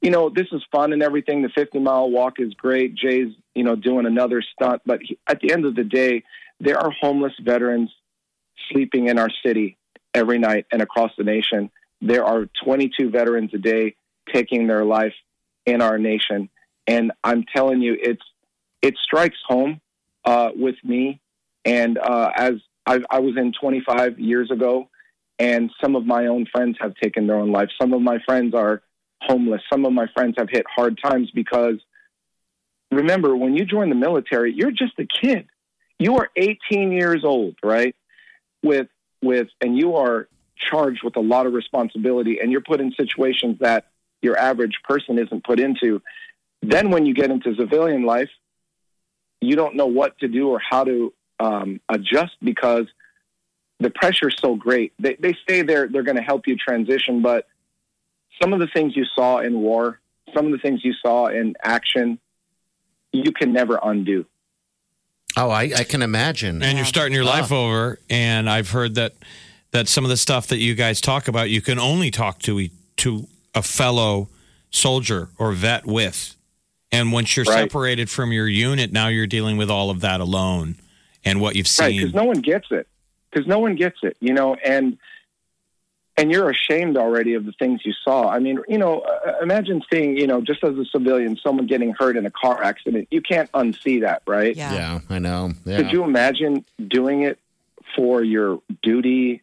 Speaker 15: you know, this is fun and everything. The 50 mile walk is great. Jay's, you know, doing another stunt. But he, at the end of the day, there are homeless veterans sleeping in our city every night and across the nation. There are 22 veterans a day taking their life in our nation. And I'm telling you, it's, it strikes home uh, with me. And uh, as I, I was in 25 years ago, and some of my own friends have taken their own life. Some of my friends are homeless. Some of my friends have hit hard times because remember, when you join the military, you're just a kid. You are 18 years old, right? With with and you are charged with a lot of responsibility, and you're put in situations that your average person isn't put into. Then, when you get into civilian life, you don't know what to do or how to um, adjust because the pressure's so great. They, they say they're they're going to help you transition, but some of the things you saw in war, some of the things you saw in action, you can never undo.
Speaker 3: Oh, I, I can imagine.
Speaker 4: And you're starting your life over. And I've heard that that some of the stuff that you guys talk about, you can only talk to e- to a fellow soldier or vet with. And once you're
Speaker 15: Right.
Speaker 4: separated from your unit, now you're dealing with all of that alone and what you've
Speaker 15: Right,
Speaker 4: seen.
Speaker 15: because no one gets it. Because no one gets it, you know, and and you're ashamed already of the things you saw. I mean, you know, uh, imagine seeing, you know, just as a civilian, someone getting hurt in a car accident. You can't unsee that, right?
Speaker 3: Yeah, I know. Yeah.
Speaker 15: Could you imagine doing it for your duty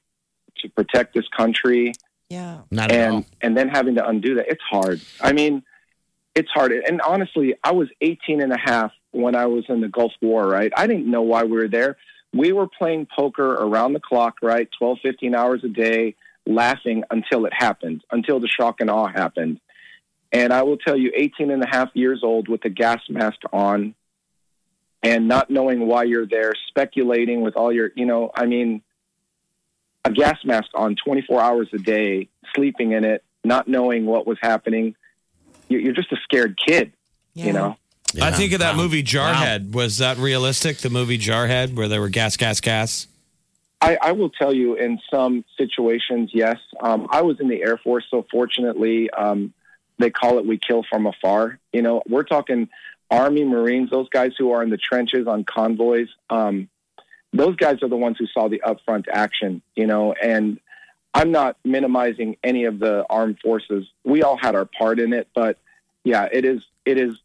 Speaker 15: to protect this country?
Speaker 5: Yeah.
Speaker 3: Not
Speaker 15: and, And then having to undo that, it's hard. I mean, it's hard. And honestly, I was 18 and a half when I was in the Gulf War, right? I didn't know why we were there. We were playing poker around the clock, right? 12, 15 hours a day, laughing until it happened, until the shock and awe happened. And I will tell you, 18 and a half years old with a gas mask on and not knowing why you're there, speculating with all your, you know, I mean, a gas mask on 24 hours a day, sleeping in it, not knowing what was happening. You- You're just a scared kid, you know?
Speaker 4: I think of that movie Jarhead. Was that realistic? The movie Jarhead, where there were gas, gas, gas.
Speaker 15: I, I will tell you, in some situations, yes. Um, I was in the Air Force, so fortunately, um, they call it "we kill from afar." You know, we're talking Army, Marines, those guys who are in the trenches on convoys. Um, those guys are the ones who saw the upfront action. You know, and I'm not minimizing any of the armed forces. We all had our part in it, but yeah, it is. It is.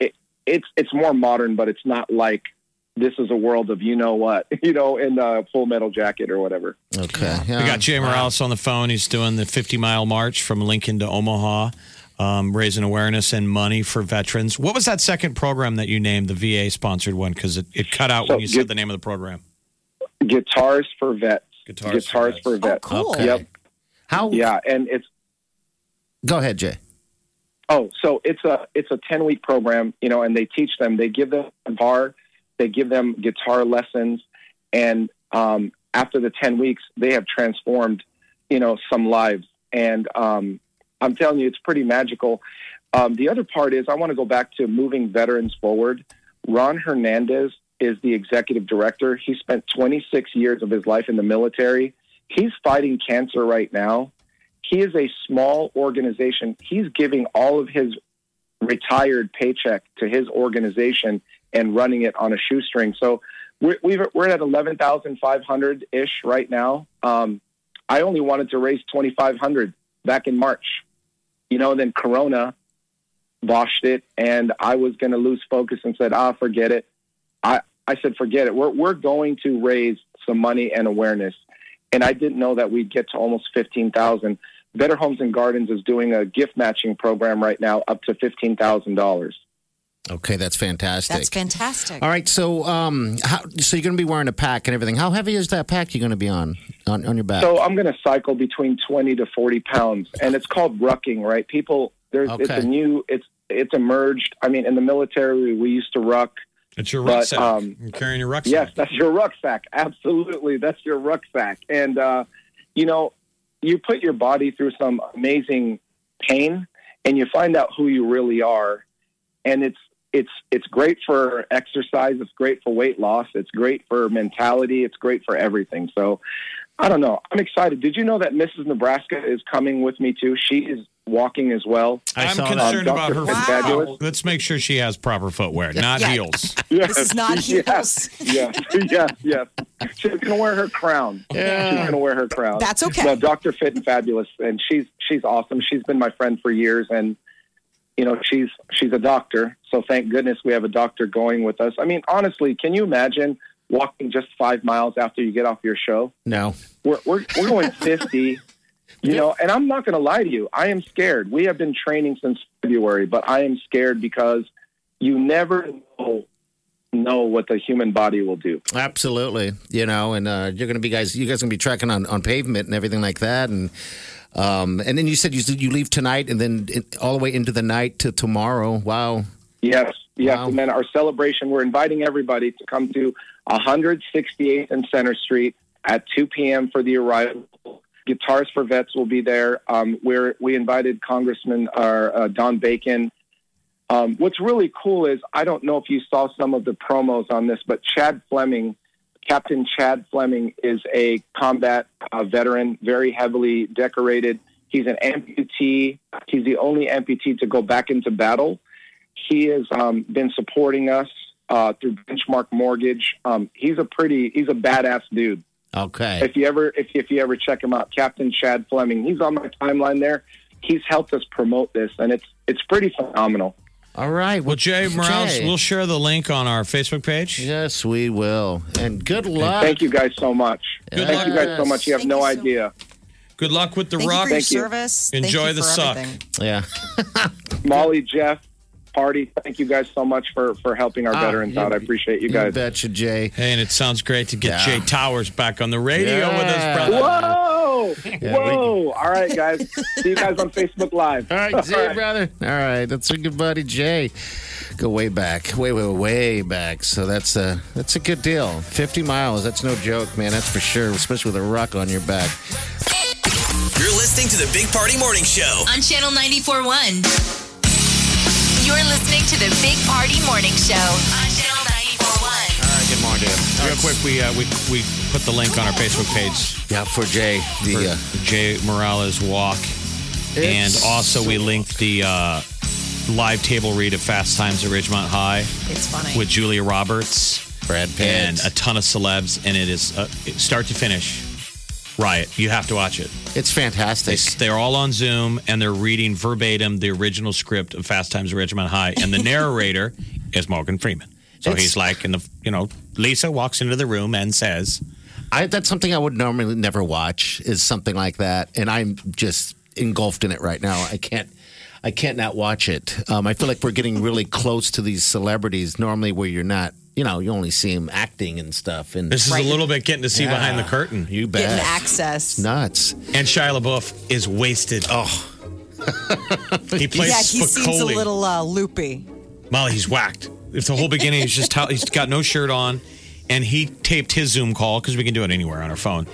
Speaker 15: It, it's it's more modern, but it's not like this is a world of you know what, you know, in uh, Full Metal Jacket or whatever.
Speaker 3: Okay.
Speaker 4: We got Jay Morales on the phone. He's doing the 50 mile march from Lincoln to Omaha, um, raising awareness and money for veterans. What was that second program that you named, the VA sponsored one? Because it, it cut out
Speaker 15: So
Speaker 4: when you
Speaker 15: you-
Speaker 4: said the name of the program.
Speaker 15: Guitars for vets.
Speaker 4: Guitars for
Speaker 15: Guitars for vets.
Speaker 3: Oh, cool. Okay.
Speaker 15: Yep.
Speaker 3: How?
Speaker 15: Yeah, and it's
Speaker 3: Go ahead, Jay.
Speaker 15: Oh, so it's a it's a ten week program, you know, and they teach them. They give them a bar, they give them guitar lessons, and um, after the ten weeks, they have transformed, you know, some lives. And um, I'm telling you, it's pretty magical. Um, the other part is I want to go back to moving veterans forward. Ron Hernandez is the executive director. He spent 26 years of his life in the military. He's fighting cancer right now he is a small organization. He's giving all of his retired paycheck to his organization and running it on a shoestring. So we're, we've, we're at 11,500 ish right now. Um, I only wanted to raise 2,500 back in March, you know, and then Corona boshed it and I was going to lose focus and said, ah, forget it. I, I said, forget it. We're, we're going to raise some money and awareness and I didn't know that we'd get to almost 15,000. Better Homes and Gardens is doing a gift matching program right now up to $15,000.
Speaker 3: Okay, that's fantastic.
Speaker 5: That's fantastic.
Speaker 3: All right, so um, how, so you're going to be wearing a pack and everything. How heavy is that pack you're going to be on on, on your back?
Speaker 15: So I'm going to cycle between 20 to 40 pounds and it's called rucking, right? People there's it's
Speaker 3: Okay.
Speaker 15: a new it's it's emerged. I mean, in the military we used to ruck.
Speaker 4: It's your
Speaker 15: But,
Speaker 4: rucksack.
Speaker 15: um,
Speaker 4: You're carrying your rucksack.
Speaker 15: Yes, that's your rucksack. Absolutely, that's your rucksack. And uh, you know, you put your body through some amazing pain, and you find out who you really are. And it's it's it's great for exercise. It's great for weight loss. It's great for mentality. It's great for everything. So, I don't know. I'm excited. Did you know that Mrs. Nebraska is coming with me too? She is walking as well.
Speaker 4: I'm
Speaker 15: Um,
Speaker 4: concerned about her.
Speaker 15: Dr. Fabulous.
Speaker 4: Let's make sure she has proper footwear, not
Speaker 15: Yeah.
Speaker 4: heels.
Speaker 15: Yes.
Speaker 5: This is not
Speaker 15: yes. yes. Yes. Yes. She's gonna wear her crown.
Speaker 3: Yeah.
Speaker 15: She's gonna wear her crown.
Speaker 5: That's okay.
Speaker 15: No, Dr. Fit and Fabulous, and she's she's awesome. She's been my friend for years, and you know she's she's a doctor. So thank goodness we have a doctor going with us. I mean, honestly, can you imagine walking just five miles after you get off your show?
Speaker 3: No.
Speaker 15: We're we're, we're going fifty. You know, and I'm not going to lie to you. I am scared. We have been training since February, but I am scared because you never know know what the human body will do.
Speaker 3: Absolutely, you know, and uh, you're going to be guys. You guys going to be trekking on, on pavement and everything like that, and um, and then you said you you leave tonight, and then it, all the way into the night to tomorrow. Wow.
Speaker 15: Yes, yes,
Speaker 3: Wow.
Speaker 15: and then our celebration. We're inviting everybody to come to 168th and Center Street at 2 p.m. for the arrival. Guitars for Vets will be there. Um, we're, we invited Congressman uh, uh, Don Bacon. Um, what's really cool is I don't know if you saw some of the promos on this, but Chad Fleming, Captain Chad Fleming, is a combat uh, veteran, very heavily decorated. He's an amputee. He's the only amputee to go back into battle He has um, been supporting us uh, through Benchmark Mortgage. Um, he's a pretty, he's a badass dude.
Speaker 3: Okay.
Speaker 15: If you ever, if, if you ever check him out, Captain Chad Fleming, he's on my timeline there. He's helped us promote this, and it's it's pretty phenomenal.
Speaker 3: All right.
Speaker 4: Well, Jay Morales, we'll share the link on our Facebook page.
Speaker 3: Yes, we will. And good luck.
Speaker 15: Thank you guys so much.
Speaker 3: Good
Speaker 15: Thank you guys
Speaker 3: luck.
Speaker 15: so much. You have no idea.
Speaker 4: Good luck with the
Speaker 15: Thank you
Speaker 4: rock.
Speaker 15: for your Thank you. service. Thank
Speaker 4: Enjoy
Speaker 15: you
Speaker 4: the
Speaker 15: for
Speaker 4: suck.
Speaker 15: everything.
Speaker 3: Yeah.
Speaker 15: Molly, Jeff, Party, thank you guys so much for for helping our
Speaker 4: Ah,
Speaker 15: veterans
Speaker 4: you-
Speaker 15: out. I appreciate you
Speaker 4: you
Speaker 15: guys.
Speaker 3: betcha, Jay.
Speaker 4: Hey, and it sounds great to get
Speaker 3: Yeah.
Speaker 4: Jay Towers back on the radio
Speaker 15: Yeah.
Speaker 4: with us, brother.
Speaker 15: Whoa!
Speaker 3: Yeah,
Speaker 15: Whoa! All right, guys. See you guys on Facebook Live.
Speaker 3: All right, see you, brother. All right, that's our good buddy Jay. Go way back, way, way, way back. So that's a that's a good deal. Fifty miles, that's no joke, man. That's for sure, especially with a rock on your back.
Speaker 8: You're listening to the Big Party Morning Show.
Speaker 2: on Channel 941. You're listening to the Big Party Morning Show on Channel 941.
Speaker 4: All right, good morning. Real quick, we uh, we we put the link on our Facebook page.
Speaker 3: Yeah, for Jay the uh,
Speaker 4: Jay Morales walk, and
Speaker 3: It's-
Speaker 4: also we linked the uh, live table read of Fast Times at Ridgemont High.
Speaker 5: It's funny.
Speaker 4: with Julia Roberts,
Speaker 3: Brad Pitt,
Speaker 4: and a ton of celebs, and it is uh, start to finish. Riot! You have to watch it.
Speaker 3: It's fantastic.
Speaker 4: They, are all on Zoom and they're reading verbatim the original script of Fast Times at Ridgemont High, and the narrator is Morgan Freeman. So
Speaker 3: It's-
Speaker 4: he's like, in the you know, Lisa walks into the room and says,
Speaker 3: I, that's something I would normally never watch is something like that, and I'm just engulfed in it right now. I can't, I can't not watch it. Um, I feel like we're getting really close to these celebrities normally where you're not, you know, you only see them acting and stuff. And
Speaker 4: "This is a little bit getting to see
Speaker 3: Yeah.
Speaker 4: behind the curtain."
Speaker 3: You bet.
Speaker 5: Getting access.
Speaker 3: nuts.
Speaker 4: And Shia LaBeouf is wasted.
Speaker 3: Oh,
Speaker 4: he plays
Speaker 5: yeah, he seems a
Speaker 4: Spicoli.
Speaker 5: little uh, loopy.
Speaker 4: Molly, he's whacked. It's the whole beginning. He's just he's got no shirt on, and he taped his Zoom call because we can do it anywhere on our phone.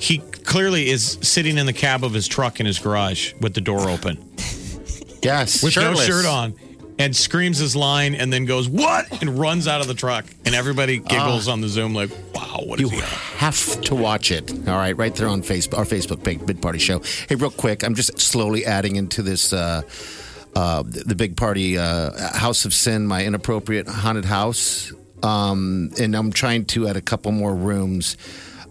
Speaker 4: He clearly is sitting in the cab of his truck in his garage with the door open,
Speaker 3: yes,
Speaker 4: with
Speaker 3: shirtless.
Speaker 4: no shirt on, and screams his line, and then goes what and runs out of the truck, and everybody giggles on the Zoom like, wow, what is
Speaker 3: You
Speaker 4: he? on?"
Speaker 3: have to watch it. All right, right there on Facebook, our Facebook page, Big Party Show. Hey, real quick, I'm just slowly adding into this uh, uh, the Big Party uh, House of Sin, my inappropriate haunted house, um, and I'm trying to add a couple more rooms.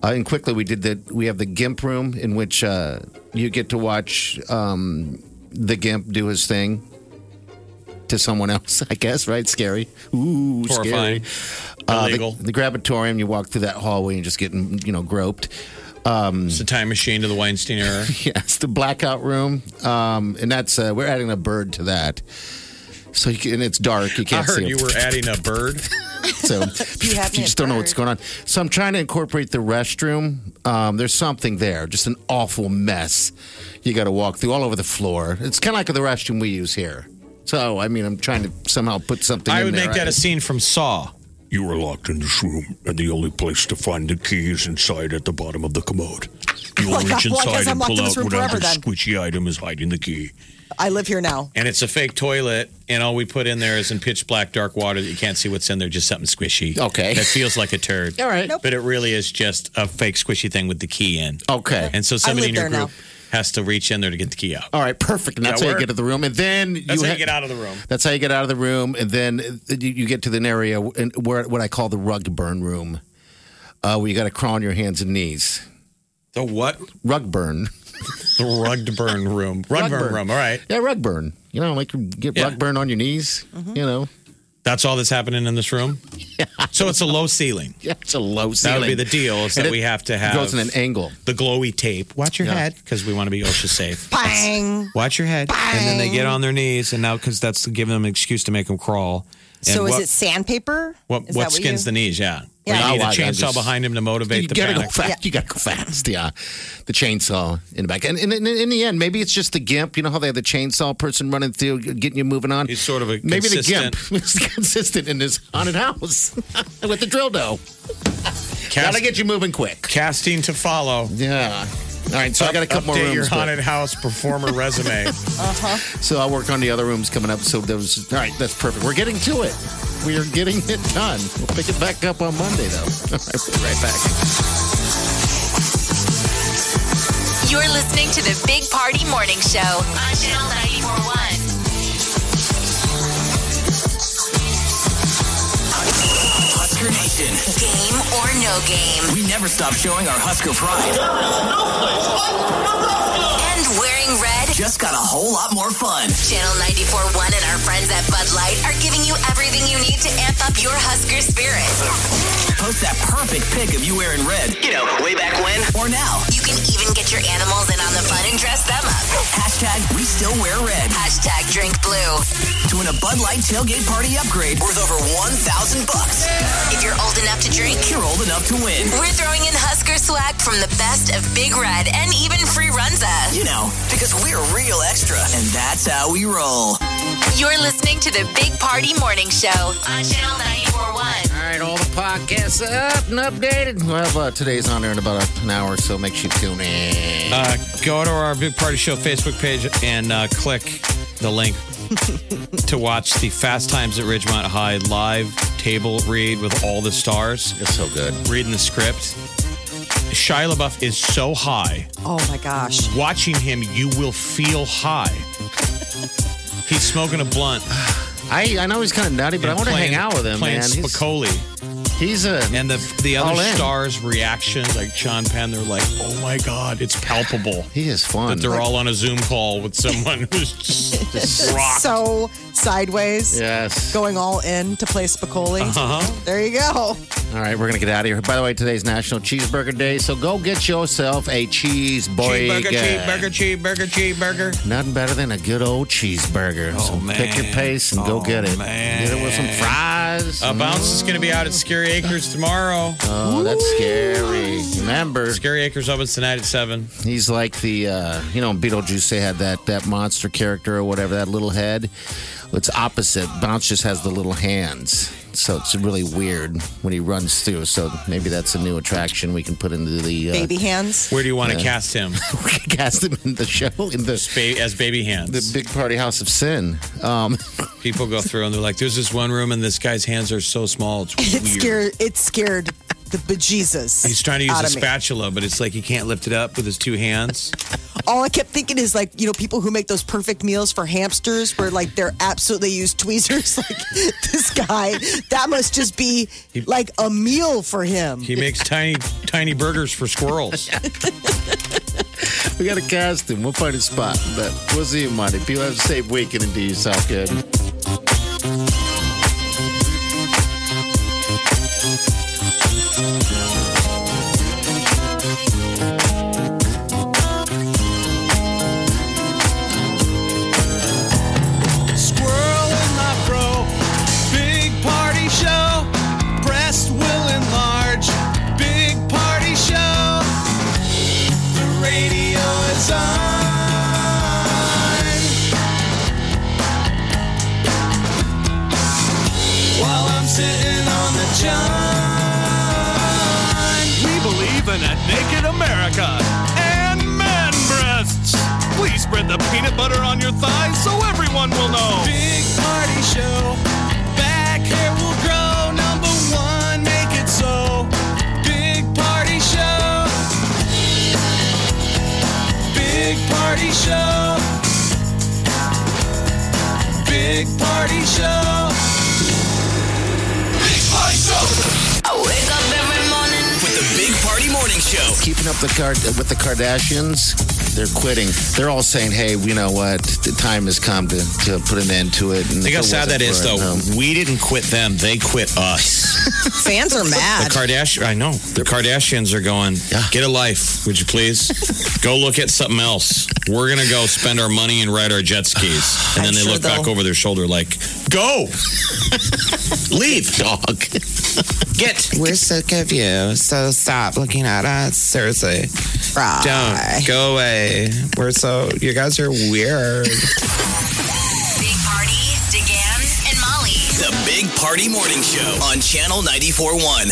Speaker 3: Uh, and quickly, we did the we have the Gimp room in which uh, you get to watch um, the Gimp do his thing. To someone else, I guess, right? Scary. Ooh,
Speaker 4: Horrifying.
Speaker 3: scary. Uh,
Speaker 4: Illegal.
Speaker 3: the, the Grabatorium, you walk through that hallway and just getting, you know, groped. Um,
Speaker 4: It's a time machine to the Weinstein era.
Speaker 3: yes, the blackout room. Um, and that's, uh, we're adding a bird to that. So, you can, and it's dark. You
Speaker 4: I
Speaker 3: can't
Speaker 4: heard
Speaker 3: see
Speaker 4: you
Speaker 3: it.
Speaker 4: were adding a bird.
Speaker 3: So, you,
Speaker 5: had me
Speaker 3: just
Speaker 5: at
Speaker 3: don't know what's going on. So, I'm trying to incorporate the restroom. Um, there's something there, just an awful mess. You got to walk through all over the floor. It's kind of like the restroom we use here. So, I mean, I'm trying to somehow put something
Speaker 4: I
Speaker 3: in
Speaker 4: would
Speaker 3: there.
Speaker 4: make that a scene from Saw.
Speaker 16: You were locked in this room, and the only place to find the key is inside at the bottom of the commode. You will
Speaker 5: Like,
Speaker 16: reach
Speaker 5: well, I guess
Speaker 16: inside and
Speaker 5: I'm locked
Speaker 16: pull
Speaker 5: in
Speaker 16: out
Speaker 5: this room
Speaker 16: whatever
Speaker 5: forever then.
Speaker 16: squishy item is hiding the key.
Speaker 5: I live here now.
Speaker 4: and it's a fake toilet, and all we put in there is in pitch black, dark water that you can't see what's in there, just something squishy.
Speaker 3: Okay.
Speaker 4: That feels like a turd.
Speaker 3: All right.
Speaker 4: But it really is just a fake squishy thing with the key in.
Speaker 3: Okay.
Speaker 4: And so
Speaker 3: I
Speaker 4: somebody
Speaker 3: live
Speaker 4: in your
Speaker 3: there
Speaker 4: group has to reach in there to get the key out.
Speaker 3: All right, perfect. And that's
Speaker 4: That
Speaker 3: how you
Speaker 4: work?
Speaker 3: get to the room, and then
Speaker 4: That's how Oh, you
Speaker 3: ha-
Speaker 4: get out of the room.
Speaker 3: That's how you get out of the room, and then uh, you, you get to an area w- in- where what I call the rug burn room, uh, where you got to crawl on your hands and knees.
Speaker 4: The what?
Speaker 3: Rug burn.
Speaker 4: The rug burn room. Rug, burn, room. All right.
Speaker 3: Yeah, rug burn. You know, like you get
Speaker 4: Yeah.
Speaker 3: rug burn on your knees. You know,
Speaker 4: That's all that's happening in this room. So it's a low ceiling.
Speaker 3: yeah, it's a low
Speaker 4: That
Speaker 3: ceiling.
Speaker 4: would be the deal. Is
Speaker 3: And
Speaker 4: that
Speaker 3: it
Speaker 4: we have to have
Speaker 3: goes in an angle.
Speaker 4: the glowy tape. Watch your
Speaker 3: Yeah.
Speaker 4: head because we want to be OSHA safe.
Speaker 5: Bang.
Speaker 4: Watch your head. And then they get on their knees, and now because that's giving them an excuse to make them crawl. And
Speaker 5: So is
Speaker 4: what-
Speaker 5: it sandpaper?
Speaker 4: What
Speaker 5: Is
Speaker 4: what
Speaker 5: that what
Speaker 4: skins the
Speaker 5: you-
Speaker 4: knees? Yeah.
Speaker 5: Yeah.
Speaker 4: You need a
Speaker 3: Not like I
Speaker 4: chainsaw
Speaker 3: just-
Speaker 4: behind him to motivate
Speaker 3: you
Speaker 4: the
Speaker 3: gotta
Speaker 4: panic.
Speaker 3: go fast. You gotta go fast. Yeah, the chainsaw in the back, and, and, and in the end, maybe it's just the gimp. You know how they have the chainsaw person running through, getting you moving on.
Speaker 4: He's sort of a
Speaker 3: Maybe the
Speaker 4: consistent-
Speaker 3: gimp is consistent in this haunted house with the drill dough. Gotta get you moving quick.
Speaker 4: Casting to follow.
Speaker 3: Yeah. All right, so I got a couple more
Speaker 4: Update
Speaker 3: rooms.
Speaker 4: your
Speaker 3: but-
Speaker 4: haunted house performer resume.
Speaker 3: so I'll work on the other rooms coming up. So those. All right, that's perfect. We're getting to it. We are getting it done. We'll pick it back up on Monday, though. All right, we'll be right back.
Speaker 2: You're listening to the Big Party Morning Show on Channel 941. radio game
Speaker 7: We never stop showing our Husker pride.
Speaker 2: and wearing red.
Speaker 7: Just got a whole lot more fun.
Speaker 2: Channel 94.1 and our friends at Bud Light are giving you everything you need to amp up your Husker spirit.
Speaker 7: Post that perfect pic of you wearing red. You know, way back when. Or now.
Speaker 2: You can even get your animals in on the fun and dress them up.
Speaker 7: Hashtag we still wear red.
Speaker 2: Hashtag drink blue.
Speaker 7: To win a Bud Light tailgate party upgrade worth over 1,000 bucks.
Speaker 2: If you're old enough to drink,
Speaker 7: You're old enough to win.
Speaker 2: we're throwing in Husker swag from the best of Big Red and even Free Runza.
Speaker 7: You know, because we're real extra, and that's how we roll.
Speaker 2: You're listening to the Big Party Morning Show on Channel 941.
Speaker 3: All right, all the podcasts up and updated. We'll have uh, today's on there in about an hour, so make sure you tune in.
Speaker 4: Uh, go to our Big Party Show Facebook page and uh, click the link to watch the Fast Times at Ridgemont High live table read with all the stars.
Speaker 3: It's so good.
Speaker 4: Reading the script. Shia LaBeouf is so high.
Speaker 5: Oh my gosh.
Speaker 4: Watching him, you will feel high. He's smoking a blunt.
Speaker 3: I, I know he's kind of nutty, but I
Speaker 4: and
Speaker 3: want to
Speaker 4: playing-
Speaker 3: hang out with him,
Speaker 4: playing
Speaker 3: man. He's,
Speaker 4: Spicoli.
Speaker 3: he's a
Speaker 4: And the the
Speaker 3: All
Speaker 4: other
Speaker 3: in.
Speaker 4: stars' reactions, like Sean Penn, they're like, "Oh my God, it's palpable."
Speaker 3: he is fun.
Speaker 4: That they're all on a Zoom call with someone who's just rocked.
Speaker 5: So sideways,
Speaker 3: yes.
Speaker 5: going all in to play Spicoli.
Speaker 4: uh-huh.
Speaker 5: There you go.
Speaker 3: All right, we're gonna get out of here. By the way, today's National Cheeseburger Day, so go get yourself a cheeseburger.
Speaker 4: Cheeseburger, cheeseburger, cheeseburger, cheeseburger.
Speaker 3: Nothing better than a good old cheeseburger. so
Speaker 4: man.
Speaker 3: pick your pace and go get it. Get it with some fries.
Speaker 4: A bounce is going to be out at Scary Acres tomorrow.
Speaker 3: Oh, that's scary. Remember,
Speaker 4: Scary Acres opens tonight at seven.
Speaker 3: he's like the uh, you know in Beetlejuice. They had that that monster character or whatever that little head. It's opposite. Bounce just has the little hands, so it's really weird when he runs through. So maybe that's a new attraction we can put into the uh,
Speaker 5: Baby hands.
Speaker 4: Where do you want to cast him?
Speaker 3: we can cast him in the show in the
Speaker 4: Ba- as baby
Speaker 3: the
Speaker 4: hands.
Speaker 3: big party house of sin. Um,
Speaker 4: People go through and they're like, "There's this one room, and this guy's hands are so small, it's weird."
Speaker 5: It scared. It scared the bejesus.
Speaker 4: He's trying to use
Speaker 5: out
Speaker 4: a
Speaker 5: of me.
Speaker 4: spatula, but it's like he can't lift it up with his two hands.
Speaker 5: All I kept thinking is like you know people who make those perfect meals for hamsters, where like they're absolutely use tweezers. Like this guy, that must just be like a meal for him.
Speaker 4: He makes tiny, tiny burgers for squirrels.
Speaker 3: we got to cast him. We'll find a spot. But we'll see you Monday. People have a safe weekend and do yourself good.
Speaker 7: Squirrel in my bro. Big party show. Breast will enlarge. Big party show. The radio is on. While I'm sitting on the john. We believe in a naked America and man breasts. Please spread the peanut butter on your thighs so everyone will know. Big party show. Back hair will grow. Number one, make it so. Big party show. Big party show. Big party show. Big party show.
Speaker 2: I wake up every morning.
Speaker 7: With the Big Party Morning Show.
Speaker 3: Keeping up the card with the Kardashians, they're quitting. They're all saying, "Hey, you know what? The time has come to, to put an end to it." And
Speaker 4: Think
Speaker 3: if
Speaker 4: how
Speaker 3: it
Speaker 4: sad
Speaker 3: wasn't
Speaker 4: that is,
Speaker 3: for it,
Speaker 4: though.
Speaker 3: no.
Speaker 4: We didn't quit them; they quit us.
Speaker 5: Fans are
Speaker 4: The
Speaker 5: mad.
Speaker 4: Kardashian, I know. The Kardashians are going. Get a life, would you please? go look at something else. We're gonna go spend our money and ride our jet skis, and then
Speaker 5: I'm
Speaker 4: they
Speaker 5: sure
Speaker 4: look back
Speaker 5: they'll-
Speaker 4: over their shoulder like, "Go, leave, dog." Get
Speaker 17: We're sick of you, so stop looking at us. Seriously, don't go away. We're so you guys are weird.
Speaker 2: Big Party, DeGan, and Molly.
Speaker 7: The Big Party Morning Show on Channel 94.1.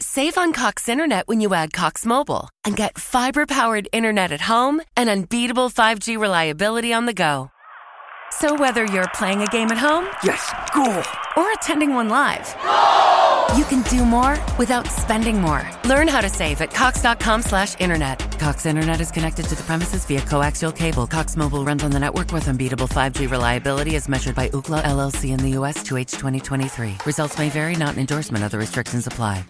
Speaker 18: Save on Cox Internet when you add Cox Mobile and get fiber powered internet at home and unbeatable 5G reliability on the go. So, whether you're playing a game at home, yes, cool, or attending one live, you can do more without spending more. Learn how to save at Cox.com slash internet. Cox Internet is connected to the premises via coaxial cable. Cox Mobile runs on the network with unbeatable 5G reliability as measured by Ookla LLC in the US to H2023. Results may vary, not an endorsement. Other restrictions apply.